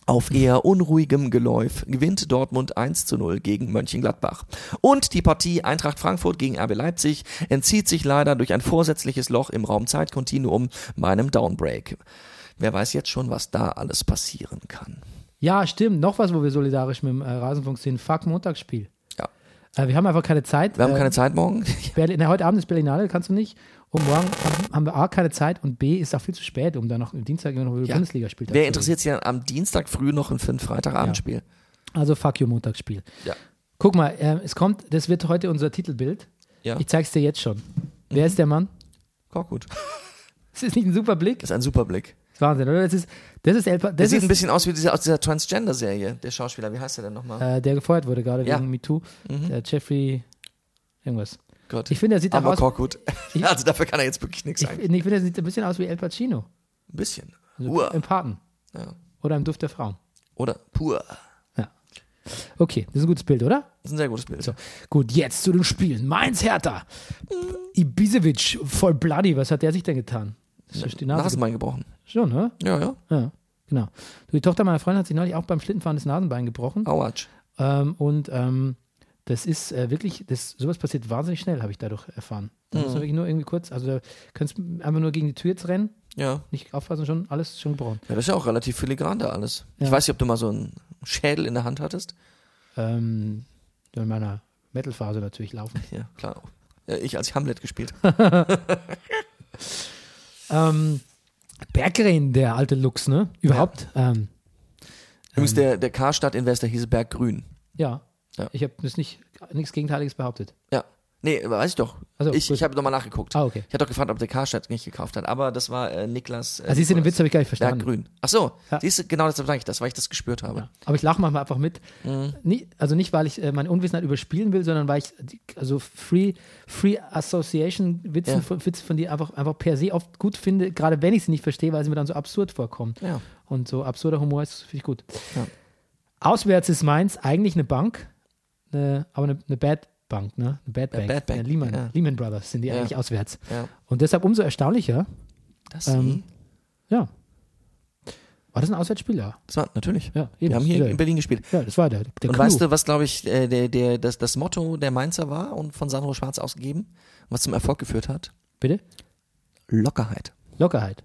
[SPEAKER 2] Auf eher unruhigem Geläuf gewinnt Dortmund 1 zu 0 gegen Mönchengladbach. Und die Partie Eintracht Frankfurt gegen RB Leipzig entzieht sich leider durch ein vorsätzliches Loch im Raumzeitkontinuum meinem Downbreak. Wer weiß jetzt schon, was da alles passieren kann.
[SPEAKER 1] Ja, stimmt. Noch was, wo wir solidarisch mit dem äh, Rasenfunk sind. Fuck Montagsspiel.
[SPEAKER 2] Ja.
[SPEAKER 1] Äh, wir haben einfach keine Zeit.
[SPEAKER 2] Wir haben
[SPEAKER 1] äh,
[SPEAKER 2] keine Zeit morgen.
[SPEAKER 1] Berlin, na, heute Abend ist Berlinale, kannst du nicht. Und morgen haben wir A, keine Zeit und B, ist auch viel zu spät, um dann noch am Dienstag immer noch über die
[SPEAKER 2] Ja.
[SPEAKER 1] Bundesliga spielt.
[SPEAKER 2] Wer interessiert sich dann am Dienstag früh noch für ein Freitagabendspiel?
[SPEAKER 1] Also fuck you Montagsspiel.
[SPEAKER 2] Ja.
[SPEAKER 1] Guck mal, ähm, es kommt, das wird heute unser Titelbild.
[SPEAKER 2] Ja. Mhm.
[SPEAKER 1] Ich zeig's dir jetzt schon. Wer ist der Mann?
[SPEAKER 2] Korkut.
[SPEAKER 1] Es ist nicht ein super Blick.
[SPEAKER 2] Ist ein super Blick.
[SPEAKER 1] ist Wahnsinn, oder? Das ist, das ist, etwa-
[SPEAKER 2] Der
[SPEAKER 1] das
[SPEAKER 2] sieht
[SPEAKER 1] ist
[SPEAKER 2] ein bisschen aus wie dieser, aus dieser Transgender-Serie, der Schauspieler. Wie heißt der denn nochmal?
[SPEAKER 1] äh, der gefeuert wurde gerade
[SPEAKER 2] Ja. Mhm.
[SPEAKER 1] wegen MeToo. Der Jeffrey, irgendwas.
[SPEAKER 2] Gott.
[SPEAKER 1] Ich finde, er sieht auch
[SPEAKER 2] Aber
[SPEAKER 1] aus,
[SPEAKER 2] Korkut.
[SPEAKER 1] Ich-
[SPEAKER 2] also dafür kann er jetzt wirklich nichts
[SPEAKER 1] ich,
[SPEAKER 2] sagen.
[SPEAKER 1] ich finde, er sieht ein bisschen aus wie El Pacino.
[SPEAKER 2] Ein bisschen.
[SPEAKER 1] Also
[SPEAKER 2] Uah.
[SPEAKER 1] Im Paten.
[SPEAKER 2] Ja.
[SPEAKER 1] Oder im Duft der Frauen.
[SPEAKER 2] Oder pur.
[SPEAKER 1] Okay, das ist ein gutes Bild, oder?
[SPEAKER 2] Das ist ein sehr gutes Bild.
[SPEAKER 1] So. Gut, jetzt zu den Spielen. Mainz Hertha.
[SPEAKER 2] Mhm.
[SPEAKER 1] Ibisevic, voll bloody. Was hat der sich denn getan? Das ist die Nase.
[SPEAKER 2] Nasenbein gebrochen.
[SPEAKER 1] Schon, ne?
[SPEAKER 2] Ja, ja.
[SPEAKER 1] Ja, genau. Du, die Tochter meiner Freundin hat sich neulich auch beim Schlittenfahren das Nasenbein gebrochen.
[SPEAKER 2] Auatsch.
[SPEAKER 1] Ähm, und ähm, das ist äh, wirklich, das, sowas passiert wahnsinnig schnell, habe ich dadurch erfahren. Da muss man wirklich nur irgendwie kurz, also da kannst du einfach nur gegen die Tür jetzt rennen,
[SPEAKER 2] Ja.
[SPEAKER 1] nicht aufpassen, schon alles schon gebrochen.
[SPEAKER 2] Ja, das ist ja auch relativ filigran da alles.
[SPEAKER 1] Ja.
[SPEAKER 2] Ich weiß nicht, ob du mal so einen Schädel in der Hand hattest.
[SPEAKER 1] Ähm, in meiner Metal-Phase natürlich laufen.
[SPEAKER 2] Ja, klar. Äh, Ich als Hamlet gespielt.
[SPEAKER 1] Ähm, Bergren, der alte Lux, ne? Überhaupt. Ja, ähm,
[SPEAKER 2] Übrigens, der, der Karstadt-Investor hieß Berggrün.
[SPEAKER 1] ja.
[SPEAKER 2] Ja.
[SPEAKER 1] ich habe das nicht, nichts Gegenteiliges behauptet.
[SPEAKER 2] Ja. Nee, weiß ich doch.
[SPEAKER 1] Also,
[SPEAKER 2] ich
[SPEAKER 1] gut.
[SPEAKER 2] ich habe nochmal nachgeguckt.
[SPEAKER 1] Ah, okay.
[SPEAKER 2] Ich hatte doch gefragt, ob der Karstadt nicht gekauft hat, aber das war äh, Niklas. Äh,
[SPEAKER 1] Also, siehst du, den Witz habe ich gar nicht verstanden.
[SPEAKER 2] Berggrün. Ach so,
[SPEAKER 1] Ja.
[SPEAKER 2] siehst du, genau deshalb sage ich das, weil ich das gespürt habe.
[SPEAKER 1] Ja. Aber ich lache manchmal einfach mit.
[SPEAKER 2] Mhm.
[SPEAKER 1] Nie, also nicht, weil ich äh, meine Unwissenheit überspielen will, sondern weil ich die, also Free, Free Association Witze
[SPEAKER 2] Ja.
[SPEAKER 1] von, Witze von dir einfach, einfach per se oft gut finde, gerade wenn ich sie nicht verstehe, weil sie mir dann so absurd vorkommen.
[SPEAKER 2] Ja.
[SPEAKER 1] Und so absurder Humor ist finde ich gut.
[SPEAKER 2] Ja.
[SPEAKER 1] Auswärts ist Mainz eigentlich eine Bank, eine, aber eine, eine Bad Bank, ne? Eine Bad Bank.
[SPEAKER 2] Bad Bank,
[SPEAKER 1] Ja, Lehman,
[SPEAKER 2] ja.
[SPEAKER 1] Lehman Brothers sind die
[SPEAKER 2] Ja.
[SPEAKER 1] eigentlich auswärts.
[SPEAKER 2] Ja.
[SPEAKER 1] Und deshalb umso erstaunlicher,
[SPEAKER 2] Das,
[SPEAKER 1] Ähm, ja. War das ein Auswärtsspiel? Ja,
[SPEAKER 2] das war natürlich.
[SPEAKER 1] ja eben.
[SPEAKER 2] Wir haben hier
[SPEAKER 1] ja,
[SPEAKER 2] in Berlin gespielt.
[SPEAKER 1] ja, das war der, der
[SPEAKER 2] und
[SPEAKER 1] Clou.
[SPEAKER 2] weißt du, was, glaube ich, äh, der, der, das, das Motto der Mainzer war und von Sandro Schwarz ausgegeben, was zum Erfolg geführt hat?
[SPEAKER 1] Bitte?
[SPEAKER 2] Lockerheit.
[SPEAKER 1] Lockerheit.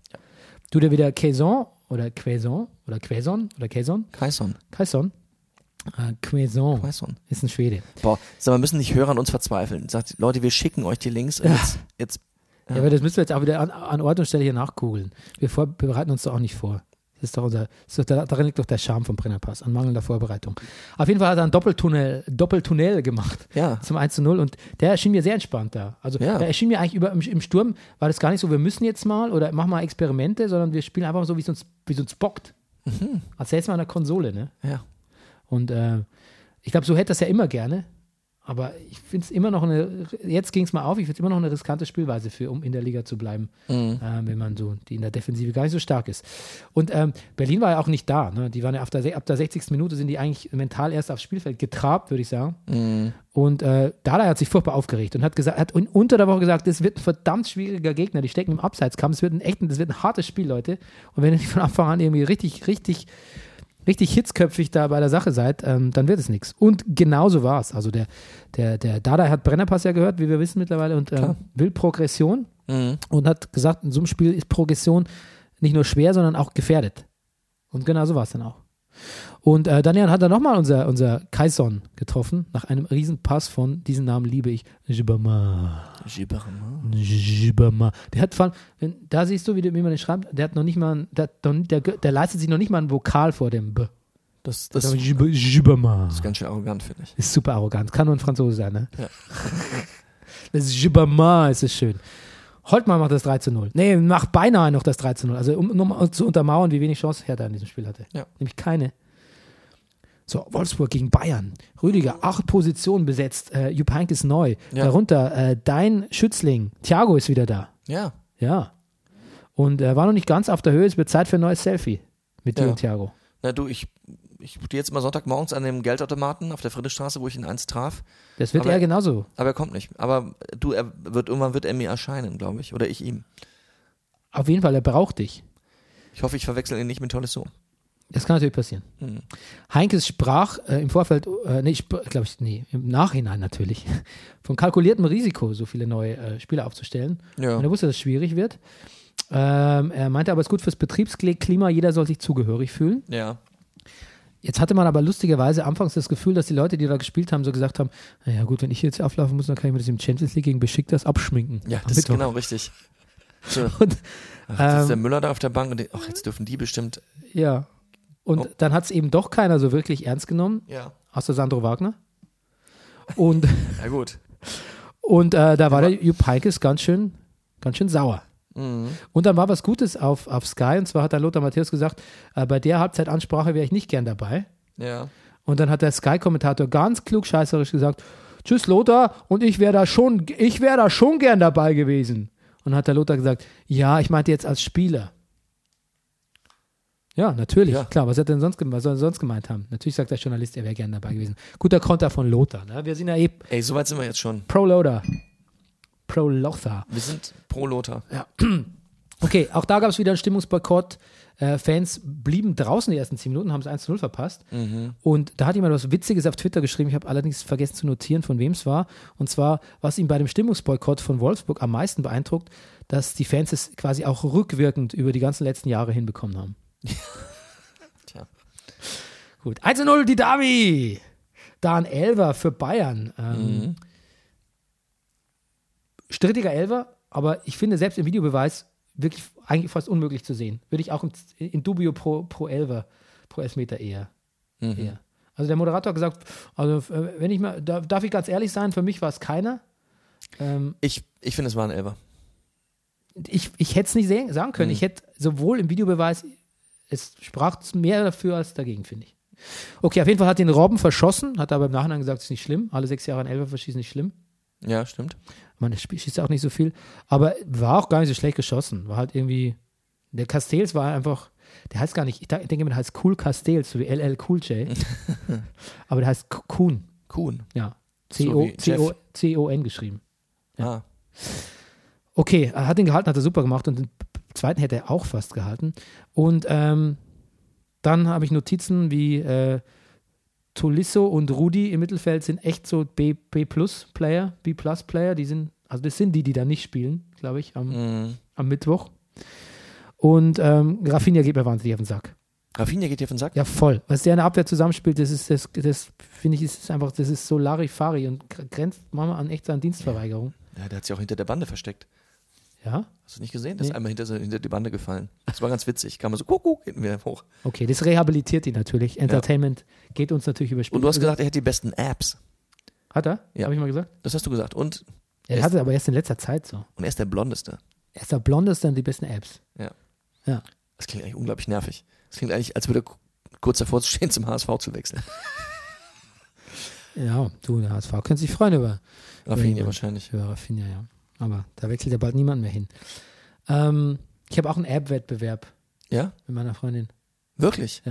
[SPEAKER 1] Du der wieder Quaison oder Quaison oder Quaison oder Quaison?
[SPEAKER 2] Kaison.
[SPEAKER 1] Quaison? Ah, Quaison
[SPEAKER 2] Kaison.
[SPEAKER 1] ist ein Schwede.
[SPEAKER 2] Boah, sag mal, müssen nicht Hörer an uns verzweifeln. Sagt, Leute, wir schicken euch die Links und jetzt, jetzt
[SPEAKER 1] Ja. aber das müssen wir jetzt auch wieder an, an Ort und Stelle hier nachgoogeln. Wir vor- bereiten uns da auch nicht vor. Das ist doch unser, das ist doch, da- darin liegt doch der Charme vom Brennerpass, an mangelnder Vorbereitung. Auf jeden Fall hat er einen Doppeltunnel, Doppeltunnel gemacht.
[SPEAKER 2] Ja.
[SPEAKER 1] Zum 1 zu 0 und der erschien mir sehr entspannt da. Also
[SPEAKER 2] Ja.
[SPEAKER 1] der erschien mir eigentlich über, im, im Sturm war das gar nicht so, wir müssen jetzt mal oder machen mal Experimente, sondern wir spielen einfach so, wie es uns, wie es uns bockt. Als säßen wir an der Konsole, ne?
[SPEAKER 2] Ja.
[SPEAKER 1] Und äh, ich glaube, so hätte das ja immer gerne. Aber ich finde es immer noch eine, jetzt ging es mal auf, ich finde es immer noch eine riskante Spielweise für, um in der Liga zu bleiben, äh, wenn man so, die in der Defensive gar nicht so stark ist. Und ähm, Berlin war ja auch nicht da. Ne? Die waren ja auf der, se- ab der 60. Minute sind die eigentlich mental erst aufs Spielfeld getrabt, würde ich sagen. Und äh, Dada hat sich furchtbar aufgeregt und hat gesagt, hat un- unter der Woche gesagt, das wird ein verdammt schwieriger Gegner. Die stecken im Abseitskampf, es wird ein echt, das wird ein hartes Spiel, Leute. Und wenn ihr nicht von Anfang an irgendwie richtig, richtig richtig hitzköpfig da bei der Sache seid, ähm, dann wird es nichts. Und genauso war es. Also der, der, der Dada hat Brennerpass ja gehört, wie wir wissen mittlerweile, und ähm, will Progression
[SPEAKER 2] Mhm.
[SPEAKER 1] und hat gesagt, in so einem Spiel ist Progression nicht nur schwer, sondern auch gefährdet. Und genauso war es dann auch. Und äh, Daniel hat dann nochmal unser, unser Kaison getroffen, nach einem Riesenpass von, diesen Namen liebe ich, Jibama.
[SPEAKER 2] Gibbermann.
[SPEAKER 1] Jibama. Der hat vor allem, wenn, da siehst du, wie, du- wie man den schreibt, der hat noch nicht mal, ein- der, hat noch- der, der leistet sich noch nicht mal ein Vokal vor dem B.
[SPEAKER 2] Das, das,
[SPEAKER 1] Das
[SPEAKER 2] das ist
[SPEAKER 1] ist
[SPEAKER 2] ganz schön arrogant, finde ich.
[SPEAKER 1] super arrogant. Kann nur ein Franzose sein, ne? Das Gibbermann ist es schön. Holtmann macht das 3 zu 0. Nee, macht beinahe noch das 3 zu 0. Also, um, nur mal zu untermauern, wie wenig Chance Hertha in diesem Spiel hatte.
[SPEAKER 2] Ja.
[SPEAKER 1] Nämlich keine. So, Wolfsburg gegen Bayern. Rüdiger, acht Positionen besetzt. Äh, Jupp Heynck ist neu.
[SPEAKER 2] Ja.
[SPEAKER 1] Darunter äh, dein Schützling. Thiago ist wieder da.
[SPEAKER 2] Ja.
[SPEAKER 1] Ja. Und er war noch nicht ganz auf der Höhe. Es wird Zeit für ein neues Selfie mit dir
[SPEAKER 2] Ja.
[SPEAKER 1] und Thiago.
[SPEAKER 2] Na du, ich, ich stehe jetzt mal Sonntagmorgens an dem Geldautomaten auf der Friedrichstraße, wo ich ihn eins traf,
[SPEAKER 1] Das wird
[SPEAKER 2] Aber-
[SPEAKER 1] er genauso.
[SPEAKER 2] aber er kommt nicht. Aber du, er wird irgendwann wird er mir erscheinen, glaube ich. Oder ich ihm.
[SPEAKER 1] Auf jeden Fall, er braucht dich.
[SPEAKER 2] Ich hoffe, ich verwechsel ihn nicht mit Tolisso.
[SPEAKER 1] Das kann natürlich passieren.
[SPEAKER 2] Mhm.
[SPEAKER 1] Heinkes sprach äh, im Vorfeld, äh, nee, glaube ich, nee, im Nachhinein natürlich, von kalkuliertem Risiko, so viele neue äh, Spieler aufzustellen.
[SPEAKER 2] Ja.
[SPEAKER 1] Und er wusste, dass es schwierig wird. Ähm, er meinte aber, es ist gut fürs Betriebsklima, jeder soll sich zugehörig fühlen.
[SPEAKER 2] Ja.
[SPEAKER 1] Jetzt hatte man aber lustigerweise anfangs das Gefühl, dass die Leute, die da gespielt haben, so gesagt haben: Naja, gut, wenn ich jetzt hier auflaufen muss, dann kann ich mir das im Champions League gegen Besiktas abschminken.
[SPEAKER 2] Ja,
[SPEAKER 1] Am
[SPEAKER 2] das ist
[SPEAKER 1] Mittwoch.
[SPEAKER 2] genau richtig. So,
[SPEAKER 1] Und,
[SPEAKER 2] ach, jetzt ist der Müller da auf der Bank und die, ach, jetzt dürfen die bestimmt.
[SPEAKER 1] ja. Und
[SPEAKER 2] Oh.
[SPEAKER 1] dann hat es eben doch keiner so wirklich ernst genommen,
[SPEAKER 2] Ja.
[SPEAKER 1] außer Sandro Wagner. Und.
[SPEAKER 2] Ja gut.
[SPEAKER 1] Und äh, da war der Jupp Heynckes ganz schön, ganz schön sauer.
[SPEAKER 2] Mhm.
[SPEAKER 1] Und dann war was Gutes auf, auf Sky, und zwar hat der Lothar Matthäus gesagt, äh, bei der Halbzeitansprache wäre ich nicht gern dabei.
[SPEAKER 2] Ja.
[SPEAKER 1] Und dann hat der Sky-Kommentator ganz klugscheißerisch gesagt, tschüss Lothar, und ich wäre da schon, ich wäre da schon gern dabei gewesen. Und hat der Lothar gesagt, ja, ich meinte jetzt als Spieler. Ja, natürlich,
[SPEAKER 2] Ja.
[SPEAKER 1] klar. Was hat er denn sonst, gem- was soll er sonst gemeint haben? Natürlich sagt der Journalist, er wäre gern dabei gewesen. Guter Konter von Lothar. Ne? Wir sind ja eh
[SPEAKER 2] Ey, soweit sind wir jetzt schon.
[SPEAKER 1] Pro-Lothar. Pro-Lothar.
[SPEAKER 2] Wir sind pro Lothar.
[SPEAKER 1] Okay, auch da gab es wieder einen Stimmungsboykott. Äh, Fans blieben draußen die ersten 10 Minuten, haben es 1 0 verpasst. Und da hat jemand was Witziges auf Twitter geschrieben. Ich habe allerdings vergessen zu notieren, von wem es war. Und zwar, was ihn bei dem Stimmungsboykott von Wolfsburg am meisten beeindruckt, dass die Fans es quasi auch rückwirkend über die ganzen letzten Jahre hinbekommen haben.
[SPEAKER 2] Tja.
[SPEAKER 1] Gut, 1 0 die Dami. Dann Elver für Bayern. Ähm, Strittiger Elver, aber ich finde selbst im Videobeweis wirklich eigentlich fast unmöglich zu sehen. Würde ich auch im, in Dubio pro, pro Elver, pro Elfmeter eher. eher. Also der Moderator hat gesagt, also äh, wenn ich mal, darf, darf ich ganz ehrlich sein, für mich war es keiner. Ähm,
[SPEAKER 2] Ich, ich finde, es war ein Elber.
[SPEAKER 1] ich ich hätte es nicht sehen, sagen können. Ich
[SPEAKER 2] Hm.
[SPEAKER 1] hätte sowohl im Videobeweis, es sprach mehr dafür als dagegen, finde ich. Okay, auf jeden Fall hat ihn Robben verschossen, hat aber im Nachhinein gesagt, es ist nicht schlimm. Alle sechs Jahre ein Elfer verschießen nicht schlimm.
[SPEAKER 2] Ja, stimmt.
[SPEAKER 1] Man schießt ja auch nicht so viel, aber war auch gar nicht so schlecht geschossen. War halt irgendwie. Der Castells war einfach. Der heißt gar nicht. Ich da- denke, man heißt Cool Castells, so wie LL Cool J. aber der heißt K- Kuhn.
[SPEAKER 2] Kuhn.
[SPEAKER 1] Ja.
[SPEAKER 2] So wie Jeff.
[SPEAKER 1] C-O-N geschrieben.
[SPEAKER 2] Ja. Ah.
[SPEAKER 1] Okay, er hat ihn gehalten, hat er super gemacht und den zweiten hätte er auch fast gehalten. Und ähm, dann habe ich Notizen wie äh, Tolisso und Rudi im Mittelfeld sind echt so B, B Plus Player, B Plus Player, die sind, also das sind die, die da nicht spielen, glaube ich, am,
[SPEAKER 2] Mhm.
[SPEAKER 1] am Mittwoch. Und ähm, Rafinha geht mir wahnsinnig auf den Sack.
[SPEAKER 2] Rafinha geht dir von Sack.
[SPEAKER 1] Ja, voll. Was der in der Abwehr zusammenspielt, das ist, das, das finde ich, ist einfach, das ist so Larifari und gr- grenzt manchmal an echt an Dienstverweigerung.
[SPEAKER 2] Ja, der hat sich auch hinter der Bande versteckt.
[SPEAKER 1] Ja.
[SPEAKER 2] Hast du nicht gesehen? Der ist
[SPEAKER 1] Nee.
[SPEAKER 2] einmal hinter, hinter die Bande gefallen. Das war ganz witzig. Kam er so, guck, hinten wieder hoch.
[SPEAKER 1] Okay, das rehabilitiert ihn natürlich. Entertainment geht uns natürlich über Spiel.
[SPEAKER 2] Und du hast gesagt, er hat die besten Apps.
[SPEAKER 1] Hat er?
[SPEAKER 2] Ja.
[SPEAKER 1] Habe ich mal gesagt?
[SPEAKER 2] Das hast du gesagt. Und,
[SPEAKER 1] Er
[SPEAKER 2] Erst-
[SPEAKER 1] hatte aber erst in letzter Zeit so.
[SPEAKER 2] und er ist der Blondeste.
[SPEAKER 1] Er ist der Blondeste und die besten Apps.
[SPEAKER 2] Das klingt eigentlich unglaublich nervig. Das klingt eigentlich, als würde er ku- kurz davor zu stehen, zum HSV zu wechseln.
[SPEAKER 1] Ja, du, der HSV könnte sich freuen über,
[SPEAKER 2] Rafinha
[SPEAKER 1] Ja.
[SPEAKER 2] wahrscheinlich.
[SPEAKER 1] über Rafinha, ja. Aber da wechselt ja bald niemand mehr hin. Ähm, ich habe auch einen App-Wettbewerb
[SPEAKER 2] Ja?
[SPEAKER 1] mit meiner Freundin.
[SPEAKER 2] Wirklich?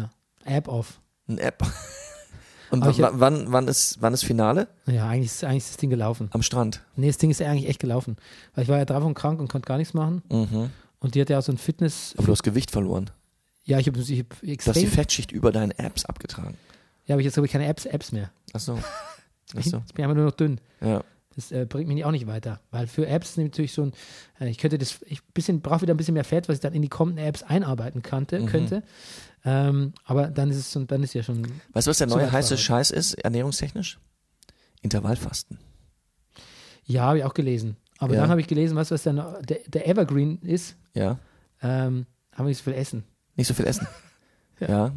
[SPEAKER 1] App-Off.
[SPEAKER 2] Ein App. Und
[SPEAKER 1] Aber
[SPEAKER 2] wa-
[SPEAKER 1] ich hab-
[SPEAKER 2] wa- wann, wann, ist, wann ist Finale?
[SPEAKER 1] Ja, eigentlich ist, eigentlich ist das Ding gelaufen.
[SPEAKER 2] Am Strand.
[SPEAKER 1] Nee, das Ding ist eigentlich echt gelaufen. Weil ich war ja drei Wochen krank und konnte gar nichts machen.
[SPEAKER 2] Mhm.
[SPEAKER 1] Und die hat ja auch so ein Fitness.
[SPEAKER 2] Aber du hast Gewicht verloren.
[SPEAKER 1] Ja, ich habe ich hab
[SPEAKER 2] Du hast die
[SPEAKER 1] extrem.
[SPEAKER 2] Fettschicht über deinen Apps abgetragen.
[SPEAKER 1] Ja, aber jetzt habe ich keine Apps, Apps mehr.
[SPEAKER 2] Achso.
[SPEAKER 1] Ich
[SPEAKER 2] Achso.
[SPEAKER 1] Jetzt bin ich einfach nur noch dünn.
[SPEAKER 2] Ja.
[SPEAKER 1] Das äh, bringt mich auch nicht weiter, weil für Apps natürlich so ein, äh, ich könnte das, ich bisschen brauche wieder ein bisschen mehr Fett, was ich dann in die kommenden Apps einarbeiten kannte, könnte. Ähm, aber dann ist es schon, dann ist ja schon,
[SPEAKER 2] Weißt du, was der
[SPEAKER 1] Zu
[SPEAKER 2] neue
[SPEAKER 1] weit
[SPEAKER 2] heiße
[SPEAKER 1] verraten.
[SPEAKER 2] Scheiß ist, ernährungstechnisch? Intervallfasten.
[SPEAKER 1] ja, habe ich auch gelesen. Aber
[SPEAKER 2] Ja.
[SPEAKER 1] dann habe ich gelesen, was was dann der, der Evergreen ist,
[SPEAKER 2] Ja.
[SPEAKER 1] ähm, haben wir nicht so viel essen,
[SPEAKER 2] Nicht so viel essen. ja.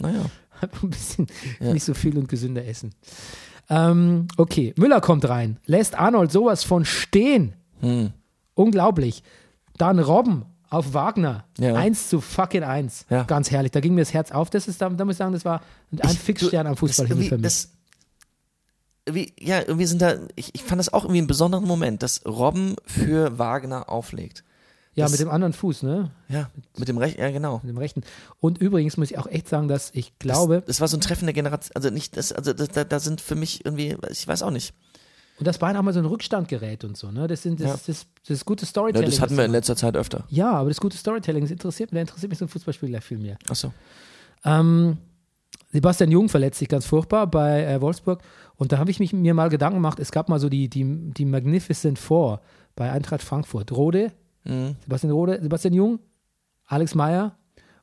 [SPEAKER 2] Naja.
[SPEAKER 1] Einfach ein bisschen
[SPEAKER 2] Ja.
[SPEAKER 1] nicht so viel und gesünder essen. Ähm, okay, Müller kommt rein, lässt Arnold sowas von stehen.
[SPEAKER 2] Hm.
[SPEAKER 1] Unglaublich. Dann Robben auf Wagner.
[SPEAKER 2] Ja.
[SPEAKER 1] 1 zu fucking 1.
[SPEAKER 2] Ja.
[SPEAKER 1] Ganz herrlich. Da ging mir das Herz auf. Das ist, da, da muss ich sagen, das war ein
[SPEAKER 2] Ich-
[SPEAKER 1] Fixstern
[SPEAKER 2] du,
[SPEAKER 1] am
[SPEAKER 2] das
[SPEAKER 1] Fußballhimmel
[SPEAKER 2] irgendwie-
[SPEAKER 1] für mich.
[SPEAKER 2] Das, wie, ja, irgendwie sind da, ich, ich fand das auch irgendwie einen besonderen Moment, dass Robben für Wagner auflegt.
[SPEAKER 1] Ja,
[SPEAKER 2] das-
[SPEAKER 1] mit dem anderen Fuß, ne?
[SPEAKER 2] Ja, mit dem Recht, ja genau.
[SPEAKER 1] Mit dem rechten. Und übrigens muss ich auch echt sagen, dass ich glaube,
[SPEAKER 2] Das, das war so ein Treffen der Generation, also nicht, das, also das, da, da sind für mich irgendwie, ich weiß auch nicht.
[SPEAKER 1] und das Bein auch mal so ein Rückstandgerät und so, ne? Das, sind, das,
[SPEAKER 2] Ja.
[SPEAKER 1] das, das, das ist gutes
[SPEAKER 2] Ja,
[SPEAKER 1] Storytelling.
[SPEAKER 2] Ne, das hatten
[SPEAKER 1] was
[SPEAKER 2] wir
[SPEAKER 1] die
[SPEAKER 2] in letzter Zeit öfter.
[SPEAKER 1] machen. ja, aber das gute Storytelling, das interessiert mich, da interessiert mich so ein Fußballspiel gleich viel mehr.
[SPEAKER 2] Achso.
[SPEAKER 1] Ähm, Sebastian Jung verletzt sich ganz furchtbar bei äh, Wolfsburg. Und da habe ich mich, mir mal Gedanken gemacht, es gab mal so die, die, die Magnificent Four bei Eintracht Frankfurt. Rode,
[SPEAKER 2] Mhm.
[SPEAKER 1] Sebastian Rode, Sebastian Jung, Alex Meyer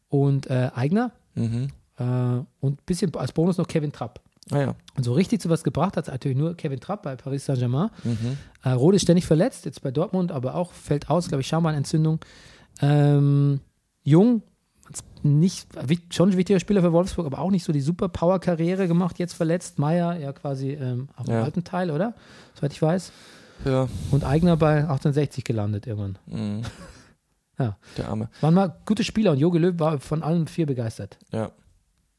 [SPEAKER 1] und äh, Eigner.
[SPEAKER 2] Mhm.
[SPEAKER 1] Äh, und ein bisschen als Bonus noch Kevin Trapp.
[SPEAKER 2] Ah ja.
[SPEAKER 1] Und so richtig zu was gebracht hat natürlich nur Kevin Trapp bei Paris Saint-Germain. Äh, Rode ist ständig verletzt, jetzt bei Dortmund, aber auch fällt aus, glaube ich, Schambeinentzündung. Ähm, Jung, nicht, wich- schon ein wichtiger Spieler für Wolfsburg, aber auch nicht so die super Power-Karriere gemacht, jetzt verletzt. Meier ja quasi ähm, auf dem
[SPEAKER 2] Ja.
[SPEAKER 1] alten Teil, oder? Soweit ich weiß.
[SPEAKER 2] Ja,
[SPEAKER 1] und Eigner bei 68 gelandet irgendwann.
[SPEAKER 2] Mhm. der Arme.
[SPEAKER 1] Waren mal gute Spieler und Jogi Löw war von allen vier begeistert.
[SPEAKER 2] Ja.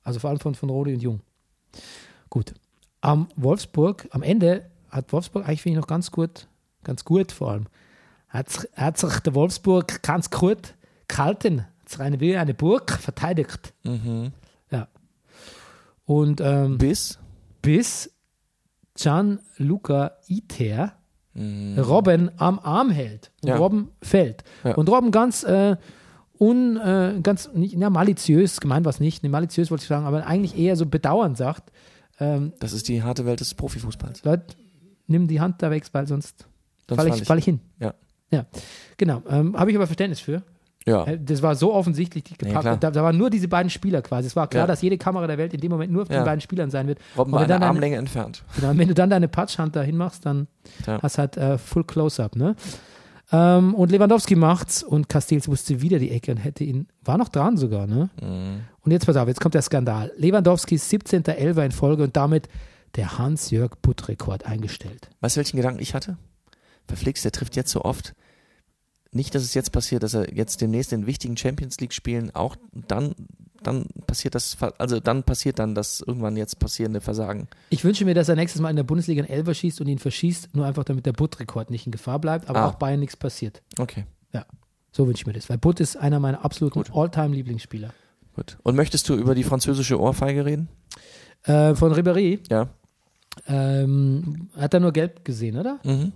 [SPEAKER 1] Also vor allem von, von Rodi und Jung. Gut. Am Wolfsburg, am Ende hat Wolfsburg eigentlich, finde ich, noch ganz gut, ganz gut vor allem, hat, hat sich der Wolfsburg ganz gut gehalten. Es rein wie eine Burg verteidigt. Ja. Und ähm,
[SPEAKER 2] Bis?
[SPEAKER 1] bis Gianluca Iter
[SPEAKER 2] Mhm.
[SPEAKER 1] Robben am Arm hält. Und
[SPEAKER 2] Ja.
[SPEAKER 1] Robben fällt.
[SPEAKER 2] Ja.
[SPEAKER 1] Und Robben ganz, äh, un, äh, ganz nicht, na, maliziös, gemeint was nicht, ne, maliziös wollte ich sagen, aber eigentlich eher so bedauernd sagt, ähm,
[SPEAKER 2] Das ist die harte Welt des Profifußballs.
[SPEAKER 1] Leute, nimm die Hand da weg, weil sonst
[SPEAKER 2] Sonst
[SPEAKER 1] falle
[SPEAKER 2] fall
[SPEAKER 1] ich, fall ich hin.
[SPEAKER 2] Ja.
[SPEAKER 1] Ja, genau. Ähm, Habe ich aber Verständnis für.
[SPEAKER 2] Ja.
[SPEAKER 1] Äh, Das war so offensichtlich gepackt.
[SPEAKER 2] Oh. klar.
[SPEAKER 1] da, da waren nur diese beiden Spieler quasi. Es war klar,
[SPEAKER 2] Ja.
[SPEAKER 1] dass jede Kamera der Welt in dem Moment nur auf
[SPEAKER 2] Ja.
[SPEAKER 1] den beiden Spielern sein wird.
[SPEAKER 2] Robben
[SPEAKER 1] Und
[SPEAKER 2] war
[SPEAKER 1] wenn
[SPEAKER 2] eine
[SPEAKER 1] dann eine-
[SPEAKER 2] Armlänge entfernt.
[SPEAKER 1] Genau, und wenn du dann deine Patchhand dahin machst, dann
[SPEAKER 2] Ja.
[SPEAKER 1] hast halt äh, Full Close-Up, ne? Ähm, und Lewandowski macht's und Castells wusste wieder die Ecke und hätte ihn, war noch dran sogar, ne?
[SPEAKER 2] Mhm.
[SPEAKER 1] Und jetzt pass auf, jetzt kommt der Skandal. Lewandowski 17. Elfer in Folge und damit der Hans-Jörg Butt-Rekord eingestellt.
[SPEAKER 2] Weißt du, welchen Gedanken ich hatte? Verflixt, der trifft jetzt so oft. Nicht, dass es jetzt passiert, dass er jetzt demnächst in wichtigen Champions League Spielen auch dann, dann passiert das, Ver- also dann passiert dann das irgendwann jetzt passierende Versagen.
[SPEAKER 1] Ich wünsche mir, dass er nächstes Mal in der Bundesliga einen Elfer schießt und ihn verschießt, nur einfach damit der Butt-Rekord nicht in Gefahr bleibt, aber
[SPEAKER 2] Ah.
[SPEAKER 1] auch Bayern nichts passiert.
[SPEAKER 2] Okay,
[SPEAKER 1] Ja, so wünsche ich mir das, weil Butt ist einer meiner absoluten All-Time-Lieblingsspieler.
[SPEAKER 2] gut. Und möchtest du über die französische Ohrfeige reden?
[SPEAKER 1] Äh, von Ribéry
[SPEAKER 2] Ja.
[SPEAKER 1] ähm, hat er nur gelb gesehen, oder?
[SPEAKER 2] Mhm.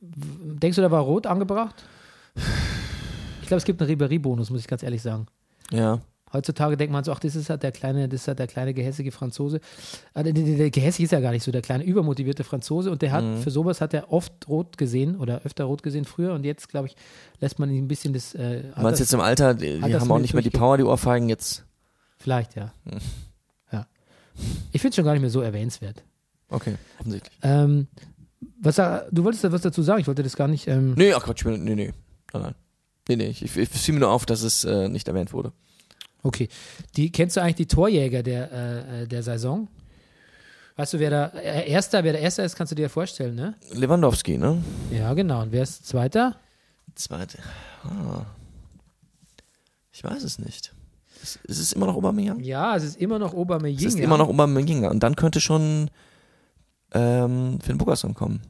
[SPEAKER 1] Denkst du, da war rot angebracht? Ich glaube, es gibt einen Ribéry-Bonus, muss ich ganz ehrlich sagen.
[SPEAKER 2] Ja.
[SPEAKER 1] Heutzutage denkt man so, ach, das ist halt der kleine, das ist halt der kleine gehässige Franzose. Ah, Der, der, der gehässig ist ja gar nicht so, der kleine übermotivierte Franzose. Und der hat,
[SPEAKER 2] Mhm.
[SPEAKER 1] für sowas hat er oft rot gesehen oder öfter rot gesehen früher. Und jetzt, glaube ich, lässt man ihm ein bisschen das. Äh,
[SPEAKER 2] Du meinst jetzt im Alter, die,
[SPEAKER 1] hat
[SPEAKER 2] die
[SPEAKER 1] das
[SPEAKER 2] haben auch
[SPEAKER 1] mit
[SPEAKER 2] nicht mehr die
[SPEAKER 1] durchge-
[SPEAKER 2] Power, die Ohrfeigen jetzt.
[SPEAKER 1] Vielleicht, ja. ja. Ich finde es schon gar nicht mehr so erwähnenswert.
[SPEAKER 2] Okay, offensichtlich.
[SPEAKER 1] Ähm, was, da- du wolltest da was dazu sagen, ich wollte das gar nicht. Ähm,
[SPEAKER 2] Hm. Nee, ach Quatsch, ich will- nee, nee. Nein, nein. Nee, nee, ich, ich, ich ziehe mir nur auf, dass es äh, nicht erwähnt wurde.
[SPEAKER 1] Okay. Die, kennst du eigentlich die Torjäger der, äh, äh, der Saison? Weißt du, wer da äh, Erster, wer der Erster ist, kannst du dir vorstellen, ne?
[SPEAKER 2] Lewandowski, ne?
[SPEAKER 1] Ja, genau. Und wer ist Zweiter?
[SPEAKER 2] Zweite. Ah. Ich weiß es nicht. Es, es ist immer noch Aubameyang.
[SPEAKER 1] Ja, es ist immer noch Aubameyang.
[SPEAKER 2] Es ist immer noch Aubameyang. Und dann könnte schon ähm, Finn Bogason kommen.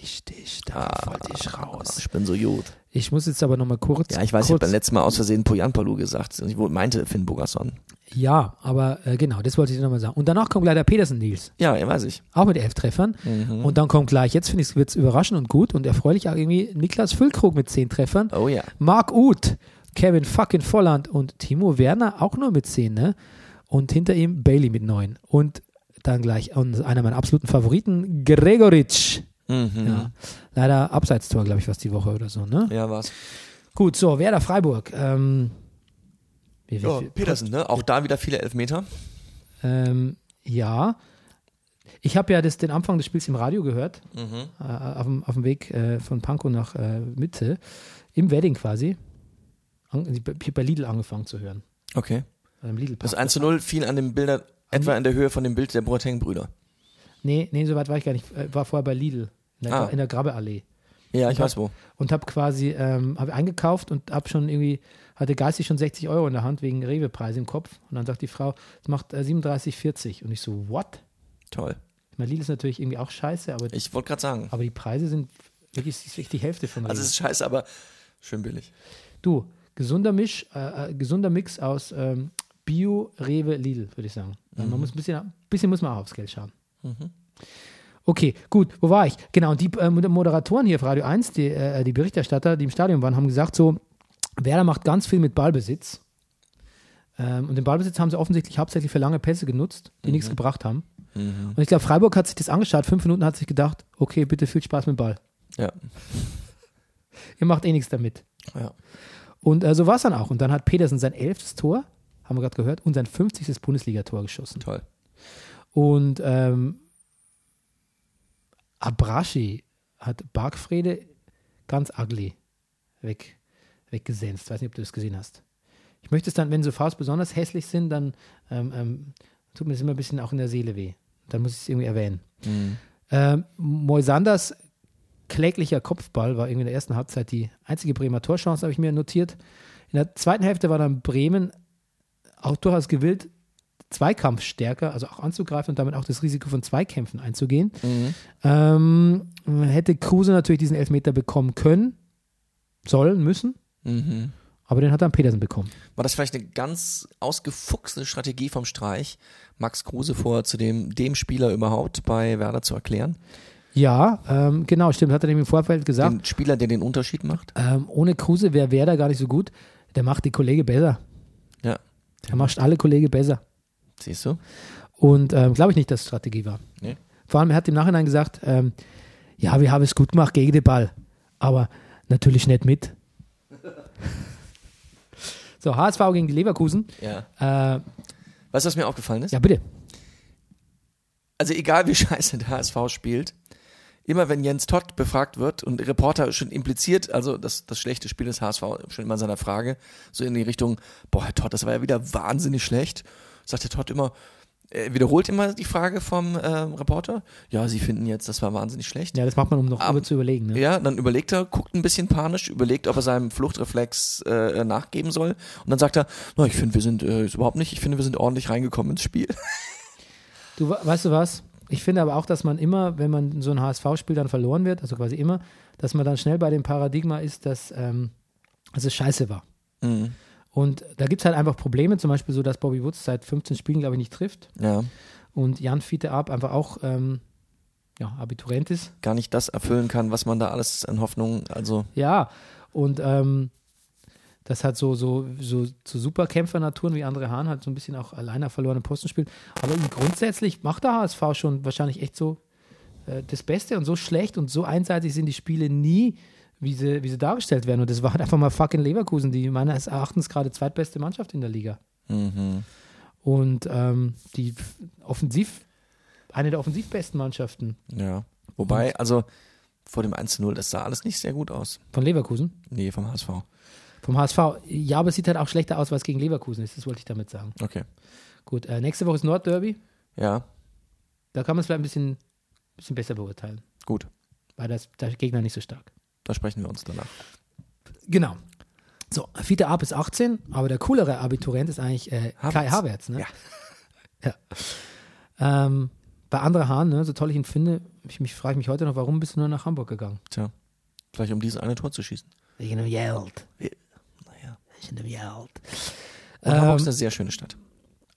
[SPEAKER 1] Richtig, da
[SPEAKER 2] Ah.
[SPEAKER 1] wollte ich raus.
[SPEAKER 2] Oh, Ich bin so gut.
[SPEAKER 1] Ich muss jetzt aber nochmal kurz.
[SPEAKER 2] Ja, ich weiß, ich habe
[SPEAKER 1] kurz,
[SPEAKER 2] beim letzten Mal aus Versehen Poyanpalu gesagt. Und ich wohl- meinte Finn Bogason.
[SPEAKER 1] Ja, aber äh, genau, das wollte ich dir nochmal sagen. Und danach kommt leider Petersen Nils,
[SPEAKER 2] Ja, ja, weiß ich.
[SPEAKER 1] auch mit elf Treffern.
[SPEAKER 2] Mhm.
[SPEAKER 1] Und dann kommt gleich, jetzt finde ich es überraschend und gut und erfreulich auch irgendwie Niklas Füllkrug mit zehn Treffern.
[SPEAKER 2] Oh ja.
[SPEAKER 1] Marc Uth, Kevin fucking Volland und Timo Werner auch nur mit 10, ne? Und hinter ihm Bailey mit 9. Und dann gleich und einer meiner absoluten Favoriten, Gregoritsch.
[SPEAKER 2] Mhm.
[SPEAKER 1] Ja. Leider Abseitstor, glaube ich, was die Woche oder so, ne?
[SPEAKER 2] Ja, war's.
[SPEAKER 1] Gut, so, Werder Freiburg. Ähm, wie, wie,
[SPEAKER 2] Ja,
[SPEAKER 1] wie,
[SPEAKER 2] Petersen, ne? Auch da wieder viele Elfmeter.
[SPEAKER 1] ähm, ja. Ich habe ja das, den Anfang des Spiels im Radio gehört,
[SPEAKER 2] Mhm.
[SPEAKER 1] äh, auf, dem, auf dem Weg äh, von Pankow nach äh, Mitte, im Wedding quasi. An, ich habe bei Lidl angefangen zu hören. äh,
[SPEAKER 2] Okay.
[SPEAKER 1] Beim Lidl
[SPEAKER 2] Das 1 zu 0 fiel an den Bildern etwa in der Höhe von dem Bild der Boateng-Brüder.
[SPEAKER 1] Nee, nee, so weit war ich gar nicht. Äh, War vorher bei Lidl in der,
[SPEAKER 2] Ah.
[SPEAKER 1] Gra- in der Grabeallee
[SPEAKER 2] Ja, ich weiß wo.
[SPEAKER 1] und habe quasi ähm, hab eingekauft und habe schon irgendwie hatte geistig schon 60 Euro in der Hand wegen Rewe-Preis im Kopf und dann sagt die Frau, es macht äh, 37,40 und ich so what?
[SPEAKER 2] Toll.
[SPEAKER 1] Ich meine, Lidl ist natürlich irgendwie auch scheiße, aber,
[SPEAKER 2] Ich wollte gerade sagen.
[SPEAKER 1] aber die Preise sind wirklich, es ist wirklich die Hälfte von Rewe.
[SPEAKER 2] Also es ist scheiße, aber schön billig.
[SPEAKER 1] du gesunder Misch, äh, äh, gesunder Mix aus ähm, Bio, Rewe, Lidl, würde ich sagen. Weil Man muss ein bisschen, ein bisschen muss man auch aufs Geld schauen. Okay, gut, wo war ich? Genau, und die äh, Moderatoren hier auf Radio 1, die, äh, die Berichterstatter, die im Stadion waren, haben gesagt so, Werder macht ganz viel mit Ballbesitz. Ähm, und den Ballbesitz haben sie offensichtlich hauptsächlich für lange Pässe genutzt, die nichts gebracht haben.
[SPEAKER 2] Mhm.
[SPEAKER 1] Und ich glaube, Freiburg hat sich das angeschaut, fünf Minuten hat sich gedacht, okay, bitte viel Spaß mit dem Ball.
[SPEAKER 2] Ja.
[SPEAKER 1] Ihr macht eh nichts damit.
[SPEAKER 2] Ja.
[SPEAKER 1] Und äh, so war es dann auch. Und dann hat Petersen sein elftes Tor, haben wir gerade gehört, und sein 50. Bundesligator geschossen.
[SPEAKER 2] Toll.
[SPEAKER 1] Und ähm, Abrashi hat Bargfrede ganz ugly weg, weggesenzt. Weiß nicht, ob du das gesehen hast. Ich möchte es dann, wenn so Faust besonders hässlich sind, dann ähm, ähm, tut mir das immer ein bisschen auch in der Seele weh. Dann muss ich es irgendwie erwähnen. Ähm, Moisanders kläglicher Kopfball war irgendwie in der ersten Halbzeit die einzige Bremer Torchance, habe ich mir notiert. In der zweiten Hälfte war dann Bremen auch durchaus gewillt, Zweikampf stärker, also auch anzugreifen und damit auch das Risiko von Zweikämpfen einzugehen. Ähm, hätte Kruse natürlich diesen Elfmeter bekommen können, sollen, müssen,
[SPEAKER 2] Mhm.
[SPEAKER 1] aber den hat dann Petersen bekommen.
[SPEAKER 2] War das vielleicht eine ganz ausgefuchste Strategie vom Streich, Max Kruse vorher zu dem, dem Spieler überhaupt bei Werder zu erklären?
[SPEAKER 1] Ja, ähm, genau, stimmt, hat er nämlich im Vorfeld gesagt.
[SPEAKER 2] Den Spieler, der den Unterschied macht?
[SPEAKER 1] Ähm, ohne Kruse wäre Werder gar nicht so gut. Der macht die Kollege besser.
[SPEAKER 2] Ja,
[SPEAKER 1] Der macht alle Kollegen besser.
[SPEAKER 2] siehst du?
[SPEAKER 1] Und ähm, glaube ich nicht, dass es Strategie war.
[SPEAKER 2] Nee.
[SPEAKER 1] Vor allem, er hat im Nachhinein gesagt, ähm, ja, wir haben es gut gemacht gegen den Ball, aber natürlich nicht mit. so, HSV gegen die Leverkusen.
[SPEAKER 2] Ja.
[SPEAKER 1] Äh,
[SPEAKER 2] Weißt du, was mir aufgefallen ist?
[SPEAKER 1] ja, bitte.
[SPEAKER 2] also egal wie scheiße der HSV spielt, immer wenn Jens Todd befragt wird und der Reporter schon impliziert, also das, das schlechte Spiel des HSV schon immer in seiner Frage, so in die Richtung, boah, Herr Todd, das war ja wieder wahnsinnig schlecht, sagt der Todd immer, äh, wiederholt immer die Frage vom äh, Reporter, ja, Sie finden jetzt, das war wahnsinnig schlecht.
[SPEAKER 1] Ja, das macht man, um noch
[SPEAKER 2] Aber-
[SPEAKER 1] über zu überlegen. Ne?
[SPEAKER 2] Ja, dann überlegt er, guckt ein bisschen panisch, überlegt, ob er seinem Fluchtreflex äh, nachgeben soll. Und dann sagt er, na, ich finde, wir sind äh, ist überhaupt nicht, ich finde, wir sind ordentlich reingekommen ins Spiel.
[SPEAKER 1] Du, we- weißt du was? Ich finde aber auch, dass man immer, wenn man so ein HSV-Spiel dann verloren wird, also quasi immer, dass man dann schnell bei dem Paradigma ist, dass, ähm, dass es scheiße war. Und da gibt es halt einfach Probleme, zum Beispiel so, dass Bobby Woods seit 15 Spielen, glaube ich, nicht trifft.
[SPEAKER 2] Ja.
[SPEAKER 1] und Jan Fiete ab einfach auch ähm, ja, Abiturient ist.
[SPEAKER 2] gar nicht das erfüllen kann, was man da alles in Hoffnung, also
[SPEAKER 1] Ja, und ähm, das hat so, so, so zu Superkämpfer-Naturen wie Andre Hahn halt so ein bisschen auch alleine verlorene Posten spielt. Aber irgendwie grundsätzlich macht der HSV schon wahrscheinlich echt so äh, das Beste und so schlecht und so einseitig sind die Spiele nie, wie sie, wie sie dargestellt werden. Und das war halt einfach mal fucking Leverkusen, die meines Erachtens gerade zweitbeste Mannschaft in der Liga.
[SPEAKER 2] mhm,
[SPEAKER 1] Und ähm, die f- offensiv, eine der offensiv besten Mannschaften
[SPEAKER 2] ja. Wobei, also vor dem 1-0, das sah alles nicht sehr gut aus.
[SPEAKER 1] von Leverkusen.
[SPEAKER 2] Nee, vom HSV.
[SPEAKER 1] Vom HSV. Ja, aber es sieht halt auch schlechter aus, was gegen Leverkusen ist. Das wollte ich damit sagen.
[SPEAKER 2] Okay.
[SPEAKER 1] Gut, äh, nächste Woche ist Nordderby.
[SPEAKER 2] Ja,
[SPEAKER 1] Da kann man es vielleicht ein bisschen, bisschen besser beurteilen,
[SPEAKER 2] gut.
[SPEAKER 1] weil das, der Gegner nicht so stark.
[SPEAKER 2] Da sprechen wir uns danach.
[SPEAKER 1] Genau. So, Fiete Ab ist 18, aber der coolere Abiturient ist eigentlich äh, Kai Havertz.
[SPEAKER 2] Havertz.
[SPEAKER 1] Ne? Ja. Ähm, bei Andre Hahn, ne, so toll ich ihn finde, ich mich, frage ich mich heute noch, warum bist du nur nach Hamburg gegangen?
[SPEAKER 2] Tja. Vielleicht um dieses eine Tor zu schießen.
[SPEAKER 1] Wegen dem Geld.
[SPEAKER 2] Naja.
[SPEAKER 1] Wegen dem Geld.
[SPEAKER 2] Und Hamburg ist
[SPEAKER 1] Ähm,
[SPEAKER 2] eine sehr schöne Stadt.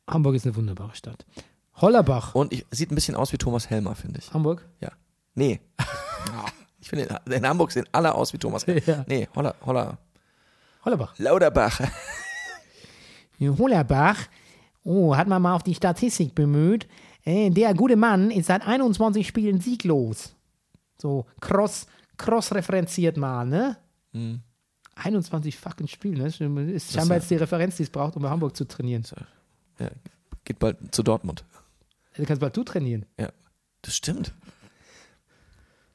[SPEAKER 1] Hamburg ist eine wunderbare Stadt. Hollerbach.
[SPEAKER 2] Und ich, sieht ein bisschen aus wie Thomas Helmer, finde ich.
[SPEAKER 1] Hamburg?
[SPEAKER 2] Ja. Nee. ich finde, in- in Hamburg sehen alle aus wie Thomas Helmer.
[SPEAKER 1] Ja.
[SPEAKER 2] Nee, Holler, Holler.
[SPEAKER 1] Hollerbach.
[SPEAKER 2] Lauderbach.
[SPEAKER 1] Ja, Hollerbach, oh, hat man mal auf die Statistik bemüht. Äh, der gute Mann ist seit 21 Spielen sieglos. So cross, cross referenziert mal, ne?
[SPEAKER 2] Mhm.
[SPEAKER 1] 21 fucking Spiele, ne? Ist scheinbar jetzt die Referenz, die es braucht, um bei Hamburg zu trainieren.
[SPEAKER 2] Ja, geht bald zu Dortmund.
[SPEAKER 1] Du Also, kannst bald du trainieren.
[SPEAKER 2] Ja. Das stimmt.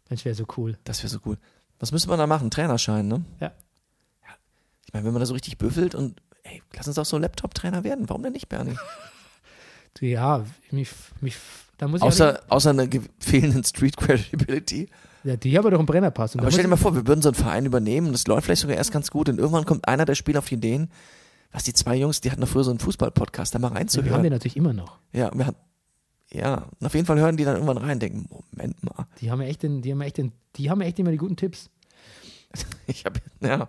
[SPEAKER 1] Mensch, wäre so cool.
[SPEAKER 2] Das wäre so cool. Was müsste man da machen? Trainerschein, ne?
[SPEAKER 1] Ja.
[SPEAKER 2] Ich meine, wenn man da so richtig büffelt und ey, lass uns auch so Laptop-Trainer werden. Warum denn nicht, Bernie?
[SPEAKER 1] Du, ja, mich, mich, da muss ich auch
[SPEAKER 2] Außer, außer einer ge- fehlenden Street Credibility.
[SPEAKER 1] nicht, ja, die haben doch einen Brennerpass. Und da
[SPEAKER 2] Aber stell dir
[SPEAKER 1] muss
[SPEAKER 2] mal vor, wir würden so einen Verein übernehmen und das läuft vielleicht sogar erst ganz gut und irgendwann kommt einer der Spieler auf die Ideen, was die zwei Jungs, die hatten doch früher so einen Fußball-Podcast, da mal
[SPEAKER 1] ich, wir haben die
[SPEAKER 2] reinzuhören.
[SPEAKER 1] natürlich immer noch.
[SPEAKER 2] Ja, wir haben, ja, und auf jeden Fall hören die dann irgendwann rein und denken, Moment mal,
[SPEAKER 1] Die haben ja echt, den, die haben ja echt, den, die haben ja echt immer die guten Tipps.
[SPEAKER 2] ich habe ja,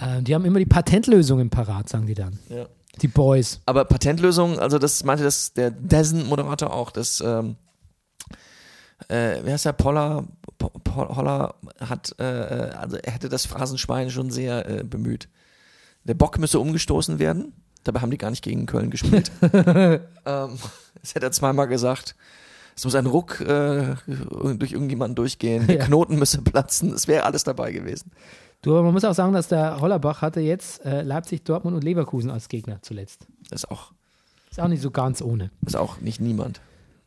[SPEAKER 1] Ähm, die haben immer die Patentlösungen parat, sagen die dann.
[SPEAKER 2] ja.
[SPEAKER 1] Die Boys.
[SPEAKER 2] Aber Patentlösungen, also das meinte das der Dessen-Moderator auch, dass ähm, äh, wie heißt der Poller, Po- Po- Holler hat, äh, also er hätte das Phrasenschwein schon sehr äh, bemüht. Der Bock müsse umgestoßen werden. Dabei haben die gar nicht gegen Köln gespielt. ähm, das hätte er zweimal gesagt. Es muss ein Ruck äh, durch irgendjemanden durchgehen. Der
[SPEAKER 1] Ja.
[SPEAKER 2] Knoten müsse platzen. Es wäre alles dabei gewesen.
[SPEAKER 1] Du, aber man muss auch sagen, dass der Hollerbach hatte jetzt äh, Leipzig, Dortmund und Leverkusen als Gegner zuletzt.
[SPEAKER 2] Das ist auch,
[SPEAKER 1] Ist auch nicht so ganz ohne.
[SPEAKER 2] ist auch nicht niemand.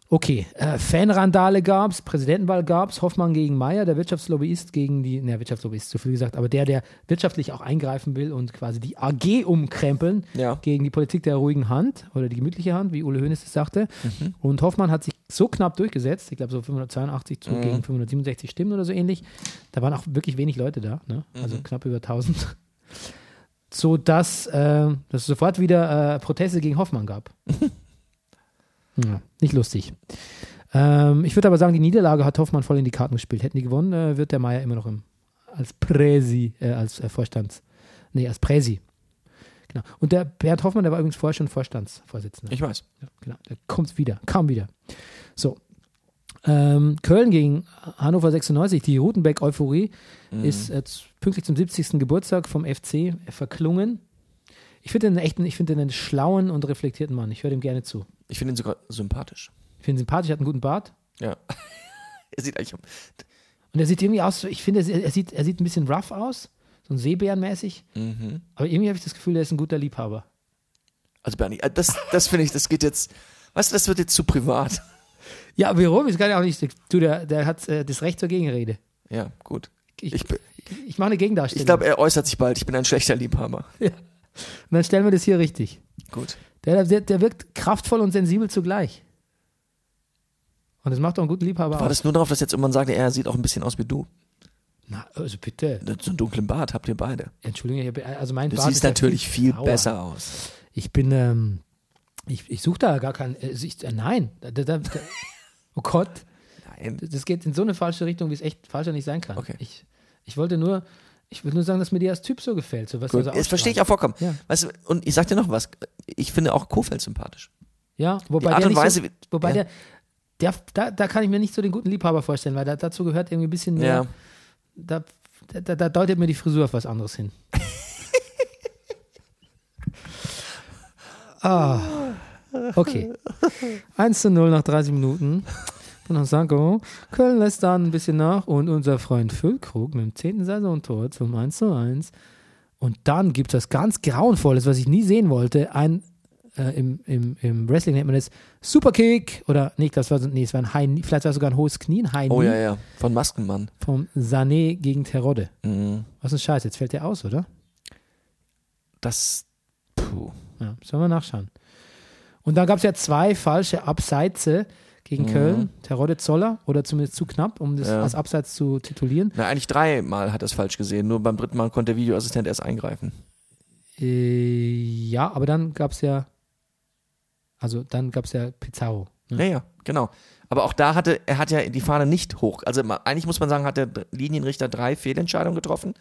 [SPEAKER 1] Okay, äh, Fanrandale gab es, Präsidentenwahl gab es, Hoffmann gegen Meyer, der Wirtschaftslobbyist gegen die, ne, Wirtschaftslobbyist, zu viel gesagt, aber der, der wirtschaftlich auch eingreifen will und quasi die AG umkrempeln
[SPEAKER 2] Ja.
[SPEAKER 1] gegen die Politik der ruhigen Hand oder die gemütliche Hand, wie Ule Hoeneß es sagte. Und Hoffmann hat sich so knapp durchgesetzt. Ich glaube, so 582 zu gegen 567 Stimmen oder so ähnlich. Da waren auch wirklich wenig Leute da, ne? also knapp über 1000. So dass äh, es sofort wieder äh, Proteste gegen Hoffmann gab. ja, nicht lustig. Ähm, ich würde aber sagen, die Niederlage hat Hoffmann voll in die Karten gespielt. Hätten die gewonnen, äh, wird der Meier immer noch im, als Präsi, äh, als äh, Vorstands, nee, als Präsi. Genau. Und der Bert Hoffmann, der war übrigens vorher schon Vorstandsvorsitzender.
[SPEAKER 2] Ich weiß.
[SPEAKER 1] Genau, der kommt wieder, kam wieder. So. Ähm, Köln gegen Hannover 96, die Rutenbeck-Euphorie
[SPEAKER 2] Mhm.
[SPEAKER 1] ist äh, z- pünktlich zum 70. Geburtstag vom FC verklungen. Ich finde den echten, ich finde den einen schlauen und reflektierten Mann. Ich höre dem gerne zu.
[SPEAKER 2] Ich finde ihn sogar sympathisch.
[SPEAKER 1] Ich finde ihn sympathisch, hat einen guten Bart.
[SPEAKER 2] Ja. er sieht eigentlich.
[SPEAKER 1] Und er sieht irgendwie aus, ich finde, er er sieht, er sieht ein bisschen rough aus, so ein Seebärenmäßig.
[SPEAKER 2] Mhm.
[SPEAKER 1] Aber irgendwie habe ich das Gefühl, er ist ein guter Liebhaber.
[SPEAKER 2] Also Bernie, äh, das, das finde ich, das geht jetzt. Weißt du, das wird jetzt zu privat.
[SPEAKER 1] Ja, warum? Ich kann ja auch nicht. Du, der, der hat äh, das Recht zur Gegenrede.
[SPEAKER 2] Ja, gut.
[SPEAKER 1] Ich, ich,
[SPEAKER 2] Ich, bin-
[SPEAKER 1] mache eine Gegendarstellung.
[SPEAKER 2] ich glaube, er äußert sich bald. Ich bin ein schlechter Liebhaber.
[SPEAKER 1] Und dann stellen wir das hier richtig.
[SPEAKER 2] Gut.
[SPEAKER 1] Der, der, der wirkt kraftvoll und sensibel zugleich. Und das macht doch einen guten Liebhaber
[SPEAKER 2] War
[SPEAKER 1] aus.
[SPEAKER 2] das nur darauf, dass jetzt irgendwann sagte, er sieht auch ein bisschen aus wie du?
[SPEAKER 1] Na, also bitte.
[SPEAKER 2] So einen dunklen Bart habt ihr beide.
[SPEAKER 1] Entschuldigung, ich hab- also mein
[SPEAKER 2] Du
[SPEAKER 1] Bart
[SPEAKER 2] siehst
[SPEAKER 1] ja
[SPEAKER 2] natürlich viel
[SPEAKER 1] grauer.
[SPEAKER 2] besser aus.
[SPEAKER 1] Ich bin, ähm, ich, ich suche da gar keinen. Also ich, äh, nein. Da, da, da, oh Gott,
[SPEAKER 2] Nein.
[SPEAKER 1] das das geht in so eine falsche Richtung, wie es echt falscher nicht sein kann.
[SPEAKER 2] Okay.
[SPEAKER 1] Ich, ich wollte nur, ich würde nur sagen, dass mir dir als Typ so gefällt. So, was
[SPEAKER 2] Gut,
[SPEAKER 1] er so
[SPEAKER 2] das verstehe ich
[SPEAKER 1] ausstrahlt.
[SPEAKER 2] auch vollkommen.
[SPEAKER 1] Ja.
[SPEAKER 2] Weißt du, und ich sag dir noch was. Ich finde auch Kofeld sympathisch.
[SPEAKER 1] Ja, wobei
[SPEAKER 2] Art
[SPEAKER 1] der
[SPEAKER 2] und
[SPEAKER 1] nicht
[SPEAKER 2] Weise,
[SPEAKER 1] so,
[SPEAKER 2] wie-
[SPEAKER 1] wobei
[SPEAKER 2] ja.
[SPEAKER 1] der, der da, da kann ich mir nicht so den guten Liebhaber vorstellen, weil da, dazu gehört irgendwie ein bisschen mehr.
[SPEAKER 2] Ja.
[SPEAKER 1] Da, da, da deutet mir die Frisur auf was anderes hin. ah, okay. 1 zu 0 nach 30 Minuten. Und nach Sanko. Köln lässt dann ein bisschen nach und unser Freund Füllkrug mit dem 10. Saisontor zum 1 zu 1. Und dann gibt es das ganz Grauenvolles, was ich nie sehen wollte. Ein, äh, im, im, Im Wrestling nennt man das Superkick oder, nee, ich glaub, das war, so- nee, es war ein High, Knee- vielleicht war es sogar ein hohes Knie, ein High
[SPEAKER 2] Oh
[SPEAKER 1] Knee
[SPEAKER 2] ja, ja. Von Maskenmann.
[SPEAKER 1] vom Sané gegen Terodde.
[SPEAKER 2] Mhm.
[SPEAKER 1] Was ein Scheiß, jetzt fällt der aus, oder?
[SPEAKER 2] Das. Puh.
[SPEAKER 1] Ja, sollen wir nachschauen. Und dann gab es ja zwei falsche Abseitse gegen Köln, Terodde Zoller oder zumindest zu knapp, um das als Abseits zu titulieren.
[SPEAKER 2] Na, eigentlich dreimal hat er es falsch gesehen. Nur beim dritten Mal konnte der Videoassistent erst eingreifen.
[SPEAKER 1] Äh, ja, aber dann gab es ja, also dann gab es ja Pizarro. ne?
[SPEAKER 2] Ja, ja, genau. Aber auch da hatte, er hat ja die Fahne nicht hoch. Also ma- eigentlich muss man sagen, hat der Dr- Linienrichter drei Fehlentscheidungen getroffen,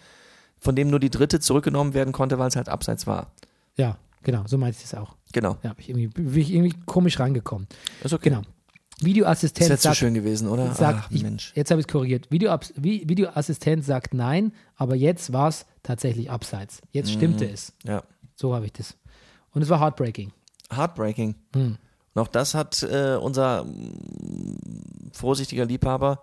[SPEAKER 2] von dem nur die dritte zurückgenommen werden konnte, weil es halt abseits war.
[SPEAKER 1] Ja, genau, so meinte ich das auch.
[SPEAKER 2] Genau.
[SPEAKER 1] Ja, bin ich irgendwie, bin ich irgendwie komisch reingekommen.
[SPEAKER 2] Ist okay.
[SPEAKER 1] Genau.
[SPEAKER 2] Das
[SPEAKER 1] Videoassistent
[SPEAKER 2] wäre zu
[SPEAKER 1] sagt,
[SPEAKER 2] schön gewesen, oder?
[SPEAKER 1] sagt
[SPEAKER 2] Ach,
[SPEAKER 1] ich,
[SPEAKER 2] Mensch.
[SPEAKER 1] jetzt habe ich es korrigiert. Videoabs- Vi- Videoassistent sagt nein, aber jetzt war es tatsächlich abseits. Jetzt stimmte es.
[SPEAKER 2] Ja.
[SPEAKER 1] So habe ich das. Und es war heartbreaking.
[SPEAKER 2] Heartbreaking.
[SPEAKER 1] Hm.
[SPEAKER 2] Und auch das hat äh, unser mm, vorsichtiger Liebhaber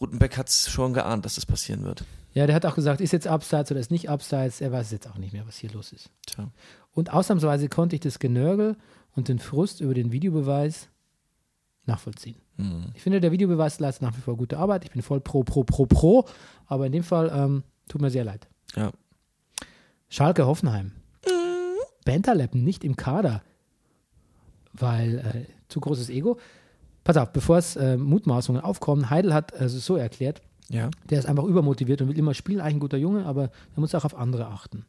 [SPEAKER 2] Rutenbeck hat es schon geahnt, dass das passieren wird.
[SPEAKER 1] Ja, der hat auch gesagt, ist jetzt abseits oder ist nicht abseits. Er weiß jetzt auch nicht mehr, was hier los ist.
[SPEAKER 2] Tja.
[SPEAKER 1] Und ausnahmsweise konnte ich das Genörgel und den Frust über den Videobeweis nachvollziehen. Ich finde, der Videobeweis leistet nach wie vor gute Arbeit. Ich bin voll pro, pro, pro, pro. Aber in dem Fall ähm, tut mir sehr leid.
[SPEAKER 2] Ja.
[SPEAKER 1] Schalke Hoffenheim. Benterleppen nicht im Kader, weil äh, zu großes Ego. Pass auf, bevor es äh, Mutmaßungen aufkommen, Heidel hat also so erklärt,
[SPEAKER 2] Ja.
[SPEAKER 1] der ist einfach übermotiviert und will immer spielen, eigentlich ein guter Junge, aber er muss auch auf andere achten.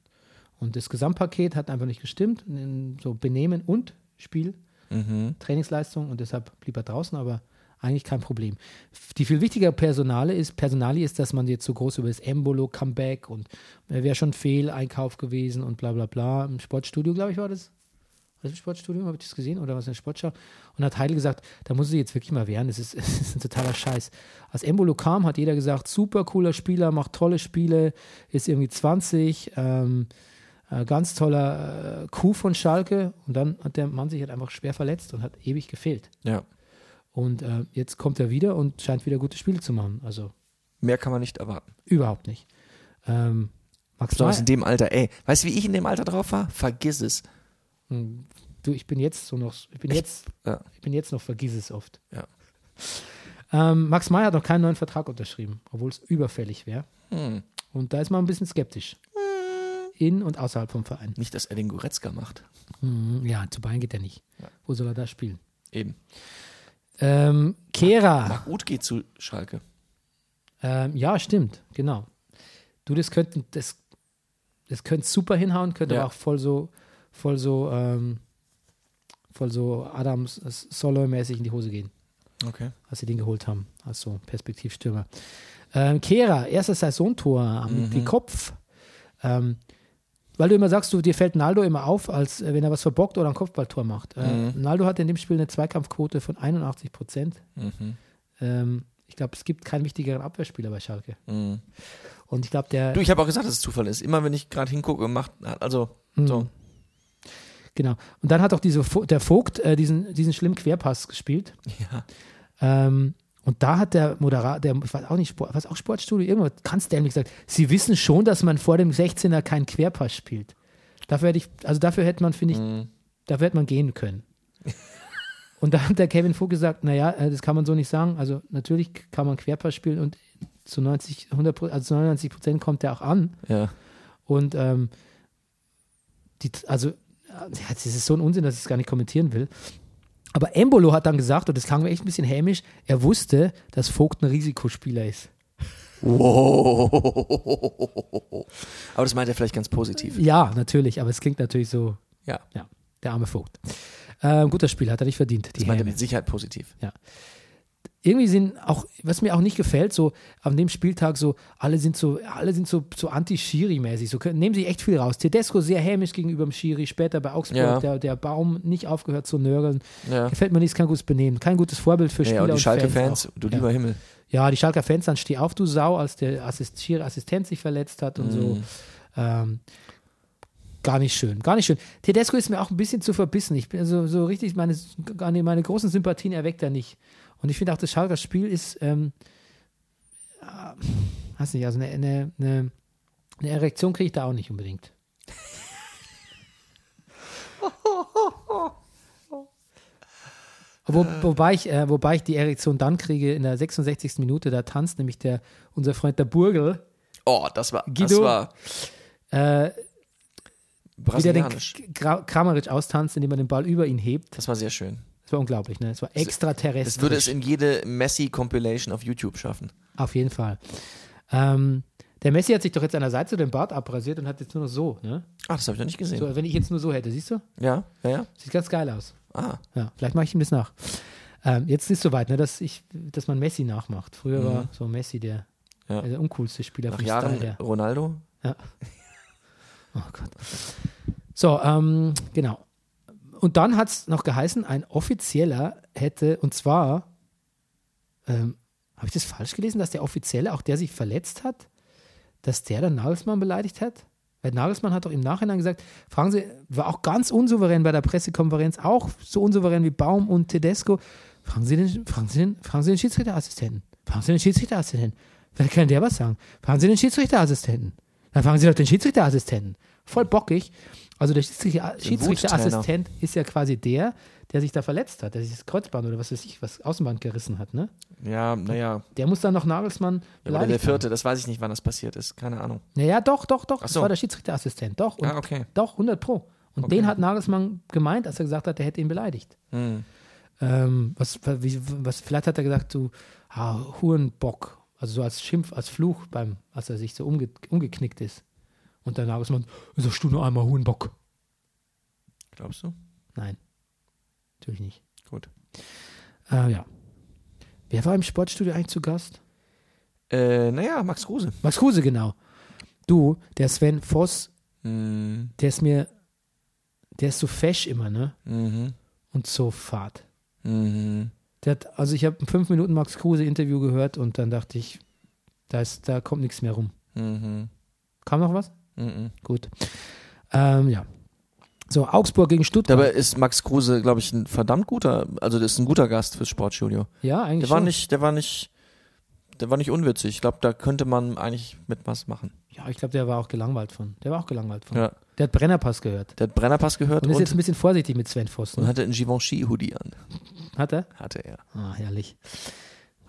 [SPEAKER 1] Und das Gesamtpaket hat einfach nicht gestimmt, in so Benehmen und Spiel,
[SPEAKER 2] Mhm.
[SPEAKER 1] Trainingsleistung und deshalb blieb er draußen, aber eigentlich kein Problem. F- Die viel wichtigere Personale ist, Personalie ist, dass man jetzt so groß über das Embolo, Comeback und äh, wäre schon Fehleinkauf gewesen und bla bla bla. Im Sportstudio, glaube ich, war das. Was im Sportstudio? Habe ich das gesehen? Oder was in der Sportschau? Und hat Heidel gesagt, da muss sie jetzt wirklich mal wehren. Das ist, das ist ein totaler Scheiß. Als Embolo kam, hat jeder gesagt, super cooler Spieler, macht tolle Spiele, ist irgendwie 20, ähm, äh, ganz toller äh, Coup von Schalke. Und dann hat der Mann sich halt einfach schwer verletzt und hat ewig gefehlt.
[SPEAKER 2] Ja.
[SPEAKER 1] Und äh, jetzt kommt er wieder und scheint wieder gute Spiele zu machen. Also
[SPEAKER 2] Mehr kann man nicht erwarten.
[SPEAKER 1] überhaupt nicht. Ähm, Max
[SPEAKER 2] Besonders
[SPEAKER 1] Meyer,
[SPEAKER 2] in dem Alter, ey. Weißt du, wie ich in dem Alter drauf war? Vergiss es.
[SPEAKER 1] Hm, du, ich bin jetzt so noch, ich bin jetzt,
[SPEAKER 2] Ja.
[SPEAKER 1] ich bin jetzt noch, vergiss es oft.
[SPEAKER 2] Ja.
[SPEAKER 1] Ähm, Max Meyer hat noch keinen neuen Vertrag unterschrieben, obwohl es überfällig wäre.
[SPEAKER 2] Hm.
[SPEAKER 1] Und da ist man ein bisschen skeptisch. In und außerhalb vom Verein. Hm,
[SPEAKER 2] Nicht, dass er den Goretzka macht.
[SPEAKER 1] Ja, zu Bayern geht er nicht. Wo soll er da spielen?
[SPEAKER 2] Eben.
[SPEAKER 1] Ähm, Kera.
[SPEAKER 2] Gut geht zu Schalke.
[SPEAKER 1] Ähm, ja, stimmt, genau. Du, das könnten, das, das könnte super hinhauen, könnte
[SPEAKER 2] Ja.
[SPEAKER 1] aber auch voll so, voll so, ähm, voll so Adams Solo-mäßig in die Hose gehen,
[SPEAKER 2] Okay.
[SPEAKER 1] als sie den geholt haben, als so Perspektivstürmer. Ähm, Kehra, erstes Saisontor am mhm. Kopf. Ähm, weil du immer sagst, du, dir fällt Naldo immer auf, als äh, wenn er was verbockt oder ein Kopfballtor macht. Äh, Naldo hatte in dem Spiel eine Zweikampfquote von 81 Prozent.
[SPEAKER 2] Mhm.
[SPEAKER 1] Ähm, ich glaube, es gibt keinen wichtigeren Abwehrspieler bei Schalke.
[SPEAKER 2] Hm.
[SPEAKER 1] Und ich glaube, der.
[SPEAKER 2] Du, ich habe auch gesagt, dass es Zufall ist. Immer wenn ich gerade hingucke, macht, also, so.
[SPEAKER 1] hm, Genau. Und dann hat auch diese, Vo- der Vogt äh, diesen, diesen schlimmen Querpass gespielt.
[SPEAKER 2] Ja.
[SPEAKER 1] Ähm, und da hat der Moderator, der, ich weiß auch nicht, Sport, was auch Sportstudio, irgendwas ganz dämlich gesagt, sie wissen schon, dass man vor dem 16er keinen Querpass spielt. Dafür hätte ich, also dafür hätte man, finde ich, dafür hätte man gehen können. und da hat der Kevin Vogt gesagt, naja, äh, das kann man so nicht sagen. Also natürlich kann man Querpass spielen und zu 90, 100, Pro- also zu 99 Prozent kommt der auch an.
[SPEAKER 2] Ja.
[SPEAKER 1] Und ähm, die, also, äh, ja, das ist so ein Unsinn, dass ich es gar nicht kommentieren will. Aber Embolo hat dann gesagt, und das klang mir echt ein bisschen hämisch, er wusste, dass Vogt ein Risikospieler ist.
[SPEAKER 2] Wow. Aber das meint er vielleicht ganz positiv.
[SPEAKER 1] Ja, natürlich, aber es klingt natürlich so,
[SPEAKER 2] Ja.
[SPEAKER 1] ja, der arme Vogt. Ähm, guter Spieler, hat er nicht verdient. Die
[SPEAKER 2] Das meint er
[SPEAKER 1] Häme.
[SPEAKER 2] mit Sicherheit positiv.
[SPEAKER 1] irgendwie sind auch, was mir auch nicht gefällt, so an dem Spieltag so, alle sind so, alle sind so, so anti-Schiri-mäßig, so können, nehmen sie echt viel raus. Tedesco sehr hämisch gegenüber dem Schiri, später bei Augsburg,
[SPEAKER 2] Ja.
[SPEAKER 1] der, der Baum nicht aufgehört zu nörgeln.
[SPEAKER 2] Ja.
[SPEAKER 1] Gefällt mir nicht, ist kein gutes Benehmen, kein gutes Vorbild für Spieler
[SPEAKER 2] Ja, und die
[SPEAKER 1] und
[SPEAKER 2] Schalke-Fans,
[SPEAKER 1] auch.
[SPEAKER 2] du
[SPEAKER 1] ja.
[SPEAKER 2] lieber Himmel.
[SPEAKER 1] ja, die Schalker Fans, dann steh auf, du Sau, als der Assist Schiri-Assistent sich verletzt hat und so.
[SPEAKER 2] Mhm.
[SPEAKER 1] Ähm, gar nicht schön, gar nicht schön. Tedesco ist mir auch ein bisschen zu verbissen. Ich bin so, so richtig, meine, gar nicht- meine großen Sympathien erweckt er nicht. Und ich finde auch, das Schalker Spiel ist, ähm, äh, weiß nicht, also eine, eine, eine, eine Erektion kriege ich da auch nicht unbedingt. Wo, wobei, ich, äh, wobei ich die Erektion dann kriege in der 66. Minute, da tanzt nämlich der, unser Freund der Burgel,
[SPEAKER 2] Oh, das war, das
[SPEAKER 1] Guido,
[SPEAKER 2] war
[SPEAKER 1] äh, wieder den
[SPEAKER 2] brasilianisch.
[SPEAKER 1] K- Gra- Kramaric austanzt, indem er den Ball über ihn hebt.
[SPEAKER 2] Das war sehr schön.
[SPEAKER 1] Das war unglaublich, ne? Das war extraterrestrisch.
[SPEAKER 2] Das würde es in jede Messi-Compilation auf YouTube schaffen.
[SPEAKER 1] Auf jeden Fall. Ähm, der Messi hat sich doch jetzt an der Seite den Bart abrasiert und hat jetzt nur noch so, ne?
[SPEAKER 2] Ah, das habe ich noch nicht gesehen.
[SPEAKER 1] So, wenn ich jetzt nur so hätte, siehst du?
[SPEAKER 2] Ja, ja, ja.
[SPEAKER 1] Sieht ganz geil aus.
[SPEAKER 2] Ah,
[SPEAKER 1] Ja, vielleicht mache ich ihm das nach. Ähm, jetzt ist es soweit, ne, dass, ich, dass man Messi nachmacht. Früher war so Messi der,
[SPEAKER 2] Mhm. Ja.
[SPEAKER 1] der uncoolste Spieler
[SPEAKER 2] nach
[SPEAKER 1] vom
[SPEAKER 2] Jahren
[SPEAKER 1] Style her.
[SPEAKER 2] Ronaldo.
[SPEAKER 1] Ja. Oh Gott. So, ähm, genau. Und dann hat es noch geheißen, ein offizieller hätte, und zwar, ähm, habe ich das falsch gelesen, dass der offizielle, auch der sich verletzt hat, dass der dann Nagelsmann beleidigt hat? Weil Nagelsmann hat doch im Nachhinein gesagt, fragen Sie, war auch ganz unsouverän bei der Pressekonferenz, auch so unsouverän wie Baum und Tedesco. Fragen Sie den, fragen Sie den, fragen Sie den Schiedsrichterassistenten. Fragen Sie den Schiedsrichterassistenten. Wer kann der was sagen? Fragen Sie den Schiedsrichterassistenten. Dann fragen Sie doch den Schiedsrichterassistenten. Voll bockig. Also der Schiedsrichter, Schiedsrichterassistent ist ja quasi der, der sich da verletzt hat, der sich das Kreuzband oder was weiß ich, was Außenband gerissen hat, ne?
[SPEAKER 2] Ja, naja.
[SPEAKER 1] Der muss dann noch Nagelsmann
[SPEAKER 2] Ja, oder
[SPEAKER 1] beleidigt
[SPEAKER 2] der
[SPEAKER 1] haben.
[SPEAKER 2] vierte, das weiß ich nicht, wann das passiert ist. Keine Ahnung.
[SPEAKER 1] Naja, doch, doch, doch.
[SPEAKER 2] Ach
[SPEAKER 1] Das
[SPEAKER 2] so.
[SPEAKER 1] war der Schiedsrichterassistent. Doch, und
[SPEAKER 2] Ah, okay.
[SPEAKER 1] doch, 100 Pro. Und den hat Nagelsmann gemeint, als er gesagt hat, er hätte ihn beleidigt.
[SPEAKER 2] Hm.
[SPEAKER 1] Ähm, was, wie, was, vielleicht hat er gesagt, du ah, Hurenbock. Also so als Schimpf, als Fluch, beim, als er sich so umge, umgeknickt ist. Und der Nagelsmann, sagst du nur einmal Hurenbock?
[SPEAKER 2] Glaubst du?
[SPEAKER 1] Nein, natürlich nicht.
[SPEAKER 2] Gut.
[SPEAKER 1] Äh, ja. Wer war im Sportstudio eigentlich zu Gast?
[SPEAKER 2] Äh, naja, Max Kruse.
[SPEAKER 1] Max Kruse, genau. Du, der Sven Voss,
[SPEAKER 2] Mhm.
[SPEAKER 1] der ist mir, der ist so fesch immer, ne?
[SPEAKER 2] Mhm.
[SPEAKER 1] Und so fad.
[SPEAKER 2] Mhm.
[SPEAKER 1] Der hat, also ich habe ein 5 Minuten Max Kruse Interview gehört und dann dachte ich, da, ist, da kommt nichts mehr rum.
[SPEAKER 2] Mhm.
[SPEAKER 1] Kam noch was?
[SPEAKER 2] Mhm.
[SPEAKER 1] Gut. Ähm, ja. So, Augsburg gegen Stuttgart.
[SPEAKER 2] Dabei ist Max Kruse, glaube ich, ein verdammt guter, also das ist ein guter Gast fürs Sportstudio.
[SPEAKER 1] ja, eigentlich
[SPEAKER 2] Der war
[SPEAKER 1] schon.
[SPEAKER 2] nicht, der war nicht, der war nicht unwitzig. Ich glaube, da könnte man eigentlich mit was machen.
[SPEAKER 1] Ja, ich glaube, der war auch gelangweilt von. Der war auch gelangweilt von.
[SPEAKER 2] Ja.
[SPEAKER 1] Der hat Brennerpass gehört.
[SPEAKER 2] Der hat Brennerpass gehört
[SPEAKER 1] Und
[SPEAKER 2] und,
[SPEAKER 1] ist
[SPEAKER 2] und,
[SPEAKER 1] jetzt ein bisschen vorsichtig mit Sven Voss. Ne?
[SPEAKER 2] hatte einen Givenchy-Hoodie an.
[SPEAKER 1] Hat er?
[SPEAKER 2] Hatte er.
[SPEAKER 1] Ah, herrlich.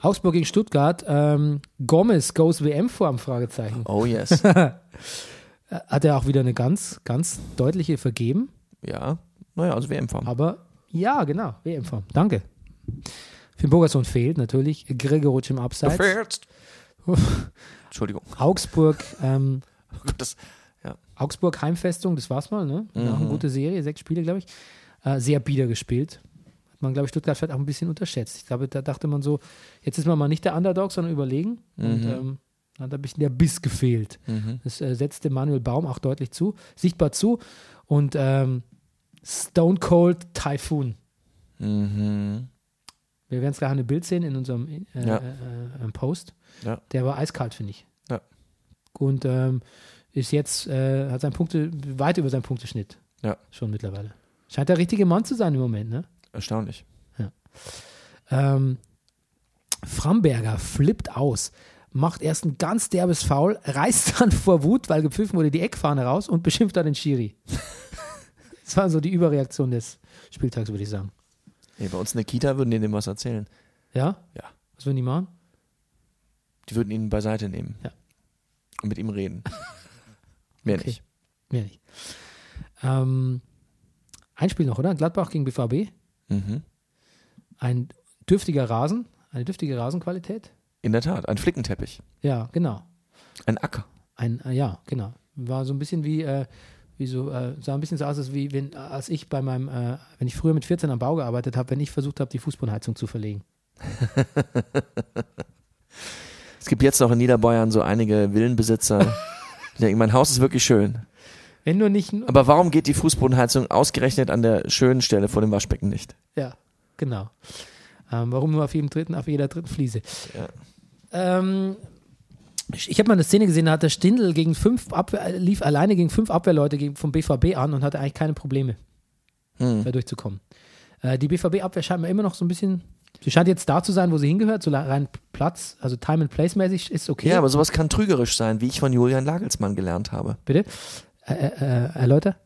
[SPEAKER 1] Augsburg gegen Stuttgart. Ähm, Gomez goes WM vor am Fragezeichen.
[SPEAKER 2] Oh yes.
[SPEAKER 1] Hat er auch wieder eine ganz, ganz deutliche vergeben.
[SPEAKER 2] ja. Naja, also WM-Form.
[SPEAKER 1] Aber ja, genau, WM-Form. Danke. Finn Bogerson fehlt natürlich. Gregoritsch im Abseits.
[SPEAKER 2] Gefährst. Entschuldigung.
[SPEAKER 1] Augsburg, ähm,
[SPEAKER 2] Das,
[SPEAKER 1] Augsburg Heimfestung, das war's mal, ne? Ja, eine gute Serie, sechs Spiele, glaube ich. Äh, sehr bieder gespielt. Hat man, glaube ich, Stuttgart vielleicht auch ein bisschen unterschätzt. Ich glaube, da dachte man so, jetzt ist man mal nicht der Underdog, sondern überlegen. Und ähm, hat ein bisschen der Biss gefehlt.
[SPEAKER 2] Mhm,
[SPEAKER 1] Das äh, setzte Manuel Baum auch deutlich zu, sichtbar zu. Und ähm, Stone Cold Typhoon.
[SPEAKER 2] mhm.
[SPEAKER 1] Wir werden es gleich an dem Bild sehen in unserem äh,
[SPEAKER 2] Ja.
[SPEAKER 1] äh, äh, Post.
[SPEAKER 2] Ja.
[SPEAKER 1] Der war eiskalt, finde ich.
[SPEAKER 2] Ja.
[SPEAKER 1] Und ähm, ist jetzt, äh, hat sein Punkte, weit über seinen Punkteschnitt.
[SPEAKER 2] Ja.
[SPEAKER 1] Schon mittlerweile. Scheint der richtige Mann zu sein im Moment, ne?
[SPEAKER 2] Erstaunlich.
[SPEAKER 1] Ähm, Framberger flippt aus, macht erst ein ganz derbes Foul, reißt dann vor Wut, weil gepfiffen wurde, die Eckfahne raus und beschimpft dann den Schiri. das war so die Überreaktion des Spieltags, würde ich sagen.
[SPEAKER 2] Nee, bei uns in der Kita würden die dem was erzählen.
[SPEAKER 1] Ja?
[SPEAKER 2] Ja.
[SPEAKER 1] Was würden die machen?
[SPEAKER 2] Die würden ihn beiseite nehmen.
[SPEAKER 1] Ja.
[SPEAKER 2] Und mit ihm reden. Mehr
[SPEAKER 1] Okay.
[SPEAKER 2] nicht.
[SPEAKER 1] Mehr nicht. Ähm, ein Spiel noch, oder? Gladbach gegen BVB.
[SPEAKER 2] Mhm.
[SPEAKER 1] Ein dürftiger Rasen, eine dürftige Rasenqualität.
[SPEAKER 2] In der Tat, ein Flickenteppich.
[SPEAKER 1] Ja, genau.
[SPEAKER 2] Ein Acker.
[SPEAKER 1] Ein, äh, ja, genau. War so ein bisschen wie, äh, wie so, äh, sah ein bisschen so aus, als wie wenn, als ich bei meinem, äh, wenn ich früher mit 14 am Bau gearbeitet habe, wenn ich versucht habe, die Fußbodenheizung zu verlegen.
[SPEAKER 2] Es gibt jetzt noch in Niederbayern so einige Villenbesitzer, die denken, mein Haus ist wirklich schön.
[SPEAKER 1] Wenn nur nicht,
[SPEAKER 2] Aber warum geht die Fußbodenheizung ausgerechnet an der schönen Stelle vor dem Waschbecken nicht?
[SPEAKER 1] ja, genau. Ähm, warum nur auf jedem dritten, auf jeder dritten Fliese?
[SPEAKER 2] Ja.
[SPEAKER 1] Ähm, ich ich habe mal eine Szene gesehen, da hat der Stindl gegen fünf Abwehr, äh, lief alleine gegen fünf Abwehrleute gegen, vom BVB an und hatte eigentlich keine Probleme,
[SPEAKER 2] Hm.
[SPEAKER 1] da durchzukommen. Äh, die BVB-Abwehr scheint mir immer noch so ein bisschen. Sie scheint jetzt da zu sein, wo sie hingehört, so la- rein Platz, also Time and Place mäßig ist okay.
[SPEAKER 2] Ja, aber sowas kann trügerisch sein, wie ich von Julian Lagelsmann gelernt habe.
[SPEAKER 1] Bitte? Äh, äh, äh, erläuter?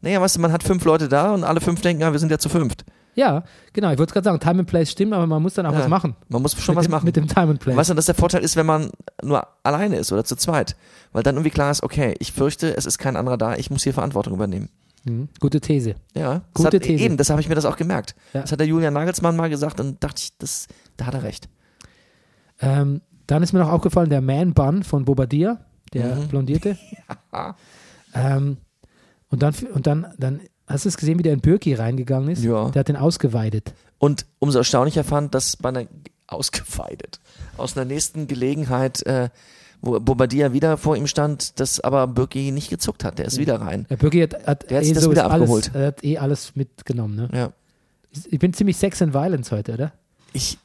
[SPEAKER 2] Naja, weißt du, man hat fünf Leute da und alle fünf denken, ah, wir sind ja zu fünft.
[SPEAKER 1] Ja, genau. Ich wollte gerade sagen, Time and Place stimmt, aber man muss dann auch
[SPEAKER 2] Ja,
[SPEAKER 1] was machen.
[SPEAKER 2] Man muss schon
[SPEAKER 1] mit
[SPEAKER 2] was
[SPEAKER 1] dem,
[SPEAKER 2] machen.
[SPEAKER 1] Mit dem Time and Place.
[SPEAKER 2] Weißt du, dass der Vorteil ist, wenn man nur alleine ist oder zu zweit. Weil dann irgendwie klar ist, okay, ich fürchte, es ist kein anderer da, ich muss hier Verantwortung übernehmen.
[SPEAKER 1] Mhm. Gute These.
[SPEAKER 2] Ja, das
[SPEAKER 1] Gute
[SPEAKER 2] hat,
[SPEAKER 1] These.
[SPEAKER 2] eben, das habe ich mir das auch gemerkt.
[SPEAKER 1] Ja.
[SPEAKER 2] Das hat der Julian Nagelsmann mal gesagt und dachte ich, das, da hat er recht.
[SPEAKER 1] Ähm, dann ist mir noch aufgefallen, der Man-Bun von Bobadilla, der
[SPEAKER 2] Mhm.
[SPEAKER 1] Blondierte. ähm, und dann, und dann, dann hast du es gesehen, wie der in Birki reingegangen ist?
[SPEAKER 2] Ja.
[SPEAKER 1] Der hat den ausgeweidet.
[SPEAKER 2] Und umso erstaunlicher fand, dass bei einer ausgefeidet, aus einer nächsten Gelegenheit, äh, wo Bobadilla wieder vor ihm stand, dass aber Birki nicht gezuckt hat. Der
[SPEAKER 1] Mhm.
[SPEAKER 2] ist wieder rein.
[SPEAKER 1] Der Birki hat, hat,
[SPEAKER 2] Der hat
[SPEAKER 1] eh
[SPEAKER 2] sich das
[SPEAKER 1] so
[SPEAKER 2] wieder
[SPEAKER 1] alles,
[SPEAKER 2] abgeholt.
[SPEAKER 1] Er hat eh alles mitgenommen. Ne?
[SPEAKER 2] Ja.
[SPEAKER 1] Ich bin ziemlich Sex and Violence heute, oder?
[SPEAKER 2] Ich,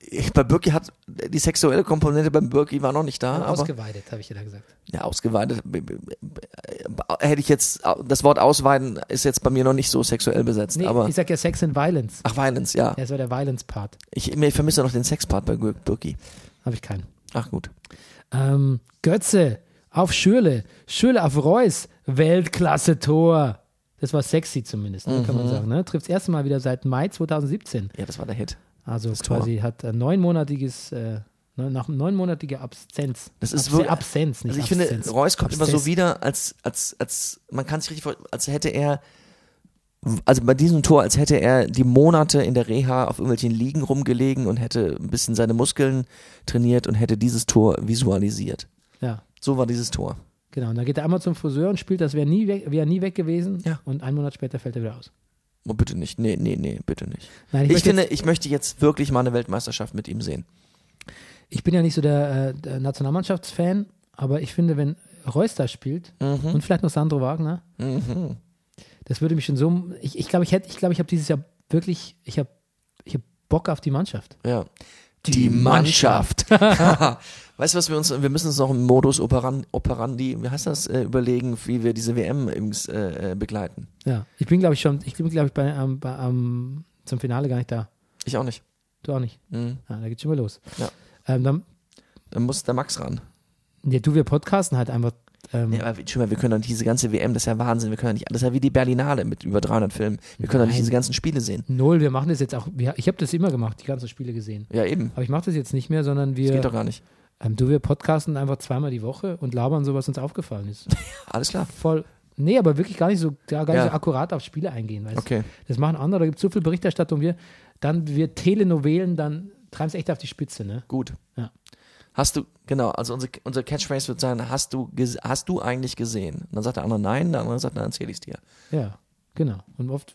[SPEAKER 2] ich, bei Birki hat die sexuelle Komponente beim Birki war noch nicht da, Ah, aber
[SPEAKER 1] ausgeweidet, habe ich dir da gesagt.
[SPEAKER 2] ja, ausgeweitet. b- b- b- Hätte ich jetzt das Wort ausweiden ist jetzt bei mir noch nicht so sexuell besetzt,
[SPEAKER 1] Nee,
[SPEAKER 2] aber
[SPEAKER 1] ich sag ja Sex and Violence.
[SPEAKER 2] ach Violence, ja.
[SPEAKER 1] Ja, das war der Violence-Part.
[SPEAKER 2] Ich, mir- ich vermisse noch den Sexpart bei Gür- Birki.
[SPEAKER 1] Habe ich keinen.
[SPEAKER 2] Ach gut.
[SPEAKER 1] Ähm, Götze auf Schürle, Schürle auf Reus, Weltklasse-Tor. Das war sexy zumindest, ne,
[SPEAKER 2] Mhm.
[SPEAKER 1] kann man sagen. Ne? Trifft das erste Mal wieder seit Mai 2017.
[SPEAKER 2] Ja, das war der Hit.
[SPEAKER 1] Also
[SPEAKER 2] Tor.
[SPEAKER 1] quasi hat ein neunmonatiges, äh, ne- nach neunmonatiger Absenz.
[SPEAKER 2] Das ist
[SPEAKER 1] Abse-
[SPEAKER 2] wirklich-
[SPEAKER 1] Absenz, nicht
[SPEAKER 2] Also ich
[SPEAKER 1] Absenz.
[SPEAKER 2] finde, Reus kommt immer
[SPEAKER 1] Absenz.
[SPEAKER 2] so wieder, als, als, als, man kann es richtig vor, als hätte er, also bei diesem Tor, als hätte er die Monate in der Reha auf irgendwelchen Liegen rumgelegen und hätte ein bisschen seine Muskeln trainiert und hätte dieses Tor visualisiert.
[SPEAKER 1] Ja,
[SPEAKER 2] So war dieses Tor.
[SPEAKER 1] genau. Und dann geht er einmal zum Friseur und spielt, das wäre nie weg, wäre nie weg gewesen.
[SPEAKER 2] Ja.
[SPEAKER 1] Und einen Monat später fällt er wieder aus.
[SPEAKER 2] Oh, bitte nicht. Nee, nee, nee, bitte nicht.
[SPEAKER 1] Nein,
[SPEAKER 2] Ich,
[SPEAKER 1] möchte
[SPEAKER 2] finde, ich möchte jetzt wirklich mal eine Weltmeisterschaft mit ihm sehen.
[SPEAKER 1] Ich bin ja nicht so der, äh, der Nationalmannschaftsfan, aber ich finde, wenn Reus da spielt
[SPEAKER 2] Mhm.
[SPEAKER 1] und vielleicht noch Sandro Wagner, das würde mich schon so. Ich glaube, ich, glaube, ich hätte, ich glaube, ich habe dieses Jahr wirklich, ich habe, ich habe Bock auf die Mannschaft.
[SPEAKER 2] Ja. Die Mannschaft. weißt du, was wir uns, wir müssen uns noch im Modus operan, operandi, wie heißt das, äh, überlegen, wie wir diese WM übrigens, äh, äh, begleiten.
[SPEAKER 1] Ja, ich bin, glaube ich schon, ich bin, glaube ich, bei, am- bei, am- zum Finale gar nicht da.
[SPEAKER 2] Ich auch nicht.
[SPEAKER 1] Du auch nicht.
[SPEAKER 2] Mhm.
[SPEAKER 1] Ja, da geht's schon mal los.
[SPEAKER 2] Ja.
[SPEAKER 1] Ähm, dann,
[SPEAKER 2] Dann muss der Max ran.
[SPEAKER 1] ja, du, wir podcasten halt einfach. Ähm,
[SPEAKER 2] Ja, aber schau mal, wir können doch nicht diese ganze WM, das ist ja Wahnsinn, wir können doch nicht, das ist ja wie die Berlinale mit über 300 Filmen. Wir können doch nicht
[SPEAKER 1] Nein.
[SPEAKER 2] diese ganzen Spiele sehen.
[SPEAKER 1] Null, wir machen das jetzt auch. Wir, ich habe das immer gemacht, die ganzen Spiele gesehen.
[SPEAKER 2] Ja, eben.
[SPEAKER 1] Aber ich mache das jetzt nicht mehr, sondern
[SPEAKER 2] Das
[SPEAKER 1] wir.
[SPEAKER 2] geht doch gar nicht.
[SPEAKER 1] Ähm, du, wir podcasten einfach zweimal die Woche und labern so, was uns aufgefallen ist.
[SPEAKER 2] Alles klar.
[SPEAKER 1] Voll. Nee, aber wirklich gar nicht so, gar, gar
[SPEAKER 2] Ja.
[SPEAKER 1] nicht so akkurat auf Spiele eingehen. Weißt
[SPEAKER 2] Okay.
[SPEAKER 1] du? Das machen andere, da gibt es so viel Berichterstattung. Wir, dann wir Telenovelen, dann treiben es echt auf die Spitze, ne?
[SPEAKER 2] Gut.
[SPEAKER 1] Ja.
[SPEAKER 2] Hast du, genau, also unser, unser Catchphrase wird sein, hast du, ges- hast du eigentlich gesehen? Und dann sagt der andere nein, der andere sagt, dann erzähl ich dir.
[SPEAKER 1] Ja, genau. Und oft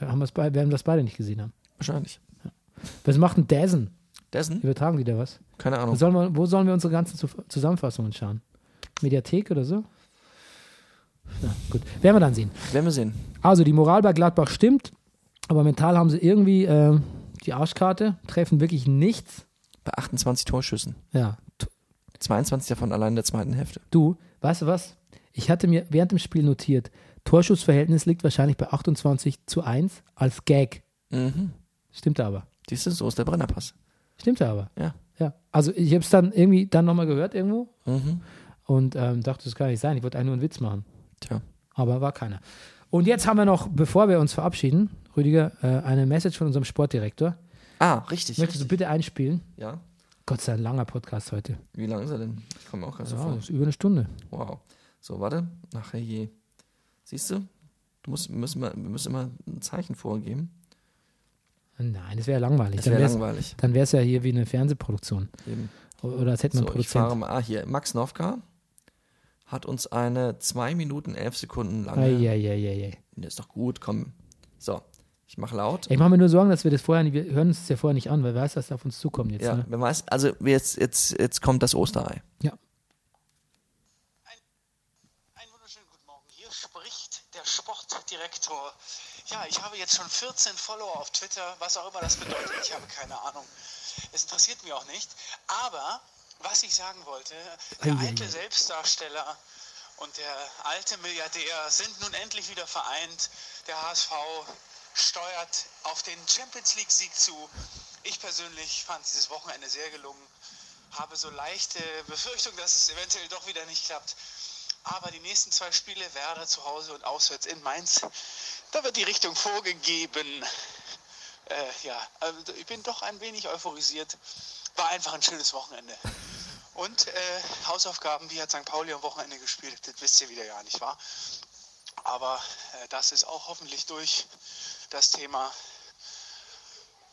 [SPEAKER 1] haben wir's bei, werden wir das beide nicht gesehen haben.
[SPEAKER 2] Wahrscheinlich.
[SPEAKER 1] Was macht denn Dazen?
[SPEAKER 2] Dessen?
[SPEAKER 1] Übertragen die da was?
[SPEAKER 2] Keine
[SPEAKER 1] Wo
[SPEAKER 2] Ahnung.
[SPEAKER 1] sollen wir, wo sollen wir unsere ganzen Zu- Zusammenfassungen schauen? Mediathek oder so? Na, gut, werden wir dann sehen.
[SPEAKER 2] Werden wir sehen.
[SPEAKER 1] Also die Moral bei Gladbach stimmt, aber mental haben sie irgendwie äh, die Arschkarte, treffen wirklich nichts.
[SPEAKER 2] Bei 28 Torschüssen.
[SPEAKER 1] Ja, t-
[SPEAKER 2] 22 davon allein in der zweiten Hälfte.
[SPEAKER 1] du, weißt du was? Ich hatte mir während dem Spiel notiert, Torschussverhältnis liegt wahrscheinlich bei 28 zu 1 als Gag.
[SPEAKER 2] Mhm.
[SPEAKER 1] Stimmt aber.
[SPEAKER 2] Siehst du, so ist der Brennerpass.
[SPEAKER 1] Stimmt aber.
[SPEAKER 2] Ja.
[SPEAKER 1] Ja. Also ich habe es dann irgendwie dann nochmal gehört irgendwo
[SPEAKER 2] Mhm.
[SPEAKER 1] und ähm, dachte, das kann nicht sein. Ich wollte eigentlich nur einen Witz machen.
[SPEAKER 2] Tja.
[SPEAKER 1] aber war keiner. Und jetzt haben wir noch, bevor wir uns verabschieden, Rüdiger, äh, eine Message von unserem Sportdirektor.
[SPEAKER 2] Ah, richtig.
[SPEAKER 1] Möchtest du
[SPEAKER 2] richtig.
[SPEAKER 1] bitte einspielen?
[SPEAKER 2] Ja.
[SPEAKER 1] Gott sei Dank, langer Podcast heute.
[SPEAKER 2] Wie lang ist er denn? Ich komme auch ganz so
[SPEAKER 1] Ja,
[SPEAKER 2] vor.
[SPEAKER 1] ist über eine Stunde.
[SPEAKER 2] Wow. So, warte. Ach je. Siehst du? Du musst, wir, müssen mal, wir müssen immer ein Zeichen vorgeben.
[SPEAKER 1] Nein, das wäre ja langweilig.
[SPEAKER 2] Das
[SPEAKER 1] dann
[SPEAKER 2] wäre
[SPEAKER 1] wär's-
[SPEAKER 2] langweilig.
[SPEAKER 1] dann wäre es ja hier wie eine Fernsehproduktion.
[SPEAKER 2] Eben.
[SPEAKER 1] O- Oder als hätte man
[SPEAKER 2] So, ich fahre
[SPEAKER 1] Produzent.
[SPEAKER 2] mal. Ah, hier. Max Nowka hat uns eine 2 Minuten 11 Sekunden lange.
[SPEAKER 1] Eieieiei.
[SPEAKER 2] Nee, Ist doch gut, komm. So, ich mache laut.
[SPEAKER 1] Ich mache mir nur Sorgen, dass wir das vorher nicht, wir hören uns das ja vorher nicht an, weil wer weiß, was auf uns zukommt jetzt.
[SPEAKER 2] Ja,
[SPEAKER 1] Ne?
[SPEAKER 2] wer weiß, also jetzt, jetzt, jetzt kommt das Osterei.
[SPEAKER 1] ja.
[SPEAKER 7] Einen wunderschönen guten Morgen. Hier spricht der Sportdirektor. Ja, ich habe jetzt schon 14 Follower auf Twitter, was auch immer das bedeutet. Ich habe keine Ahnung. Es interessiert mich auch nicht. Aber was ich sagen wollte, der alte Selbstdarsteller und der alte Milliardär sind nun endlich wieder vereint. Der HSV steuert auf den Champions League-Sieg zu. Ich persönlich fand dieses Wochenende sehr gelungen. Habe so leichte Befürchtung, dass es eventuell doch wieder nicht klappt. Aber die nächsten zwei Spiele, Werder zu Hause und auswärts in Mainz, da wird die Richtung vorgegeben. Äh, ja, also ich bin doch ein wenig euphorisiert. War einfach ein schönes Wochenende. Und äh, Hausaufgaben, wie hat St. Pauli am Wochenende gespielt, das wisst ihr wieder gar nicht, wahr? Aber äh, das ist auch hoffentlich durch das Thema.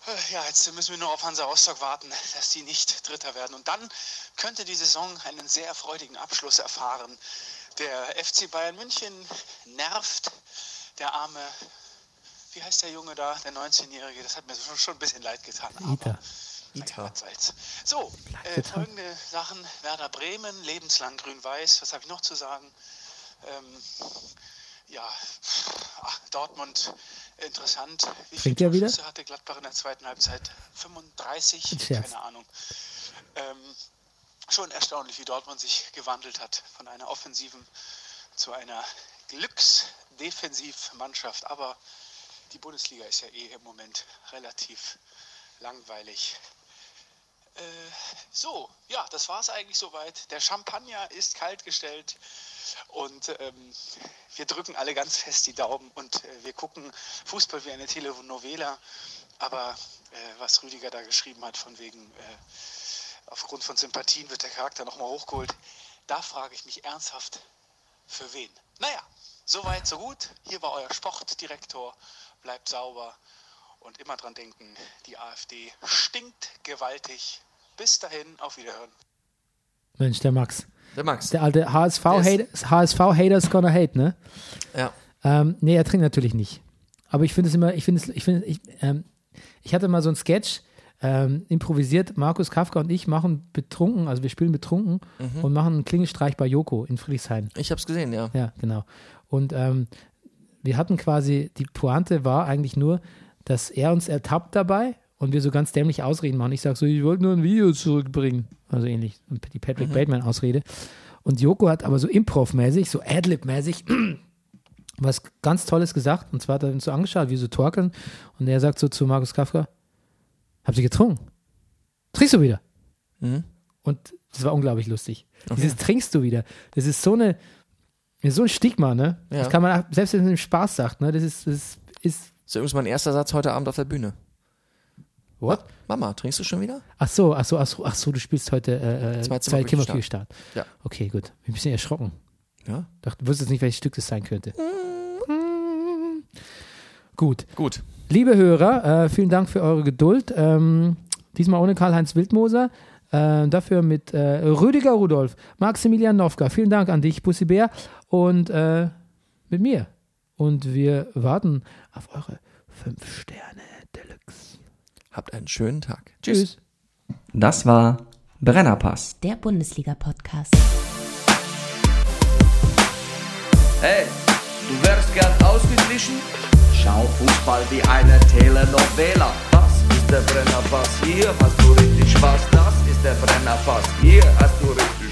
[SPEAKER 7] Äh, Ja, jetzt müssen wir nur auf Hansa Rostock warten, dass die nicht Dritter werden. Und dann könnte die Saison einen sehr freudigen Abschluss erfahren. Der FC Bayern München nervt. Der arme, wie heißt der Junge da, der 19-Jährige, das hat mir schon- schon ein bisschen leid getan.
[SPEAKER 1] Ita.
[SPEAKER 7] Aber Ita. was soll's. So, äh, folgende Sachen. Werder Bremen, lebenslang grün-weiß. Was habe ich noch zu sagen? Ähm, ja, ach, Dortmund, interessant. Wie
[SPEAKER 1] Trinkt
[SPEAKER 7] viele
[SPEAKER 1] er wieder?
[SPEAKER 7] Torschüsse hatte Gladbach in der zweiten Halbzeit? 35?
[SPEAKER 1] Scherz.
[SPEAKER 7] Keine Ahnung. Ähm, schon erstaunlich, wie Dortmund sich gewandelt hat von einer offensiven zu einer Glücksdefensivmannschaft. Aber die Bundesliga ist ja eh im Moment relativ langweilig. Äh, so, ja, das war es eigentlich soweit. Der Champagner ist kaltgestellt und ähm, wir drücken alle ganz fest die Daumen und äh, wir gucken Fußball wie eine Telenovela. Aber äh, was Rüdiger da geschrieben hat, von wegen, äh, aufgrund von Sympathien wird der Charakter nochmal hochgeholt, da frage ich mich ernsthaft, für wen? Naja, soweit, so gut. Hier war euer Sportdirektor. Bleibt sauber und immer dran denken, die AfD stinkt gewaltig. Bis dahin, auf Wiederhören.
[SPEAKER 1] Mensch, der Max.
[SPEAKER 2] Der Max.
[SPEAKER 1] Der alte HSV-Hater HSV is gonna hate, ne?
[SPEAKER 2] ja.
[SPEAKER 1] Ähm, nee, er trinkt natürlich nicht. Aber ich finde es immer, ich finde es, ich finde, ich, ähm, ich hatte mal so einen Sketch ähm, improvisiert. Markus Kafka und ich machen betrunken, also wir spielen betrunken und machen einen Klingelstreich bei Joko in Friedrichshain.
[SPEAKER 2] Ich hab's gesehen, ja.
[SPEAKER 1] Ja, genau. Und ähm, wir hatten quasi, die Pointe war eigentlich nur, dass er uns ertappt dabei und wir so ganz dämlich Ausreden machen. Ich sage so, ich wollte nur ein Video zurückbringen. Also ähnlich, die Patrick Bateman-Ausrede. Und Joko hat aber so improv-mäßig, so Adlib-mäßig, was ganz Tolles gesagt. Und zwar hat er ihn so angeschaut, wie so torkeln. Und er sagt so zu Markus Kafka: Habt ihr getrunken? Trinkst du wieder?
[SPEAKER 2] Mhm.
[SPEAKER 1] Und das war unglaublich lustig. Dieses Trinkst du wieder. Das ist so eine, das ist so ein Stigma, ne?
[SPEAKER 2] Ja.
[SPEAKER 1] Das kann man, auch- selbst wenn man im Spaß sagt, ne? Das ist, das ist,
[SPEAKER 2] Das ist übrigens mein erster Satz heute Abend auf der Bühne.
[SPEAKER 1] what?
[SPEAKER 2] Mama, trinkst du schon wieder?
[SPEAKER 1] Ach so, ach so, ach so, ach so du spielst heute äh, äh,
[SPEAKER 2] Zwei
[SPEAKER 1] zwei,
[SPEAKER 2] Zimmer
[SPEAKER 1] zwei Kimmerkühlstart.
[SPEAKER 2] Küchenstart. Ja.
[SPEAKER 1] Okay, gut. Bin ein bisschen erschrocken.
[SPEAKER 2] Ja. Mhm.
[SPEAKER 1] Dachte, wusste jetzt nicht, welches Stück das sein könnte. Gut.
[SPEAKER 2] Gut.
[SPEAKER 1] Liebe Hörer, äh, vielen Dank für eure Geduld. Ähm, diesmal ohne Karl-Heinz Wildmoser. Äh, dafür mit äh, Rüdiger Rudolf, Maximilian Nowka. Vielen Dank an dich, Pussy Bär. Und äh, mit mir. Und wir warten auf eure 5 Sterne Deluxe.
[SPEAKER 2] Habt einen schönen Tag.
[SPEAKER 1] Tschüss.
[SPEAKER 3] Das war Brennerpass.
[SPEAKER 4] Der Bundesliga-Podcast.
[SPEAKER 5] Hey, du wärst gern ausgeglichen? Schau Fußball wie eine Telenovela. Das ist der Brennerpass, hier hast du richtig Spaß. Das ist der Brennerpass, hier hast du richtig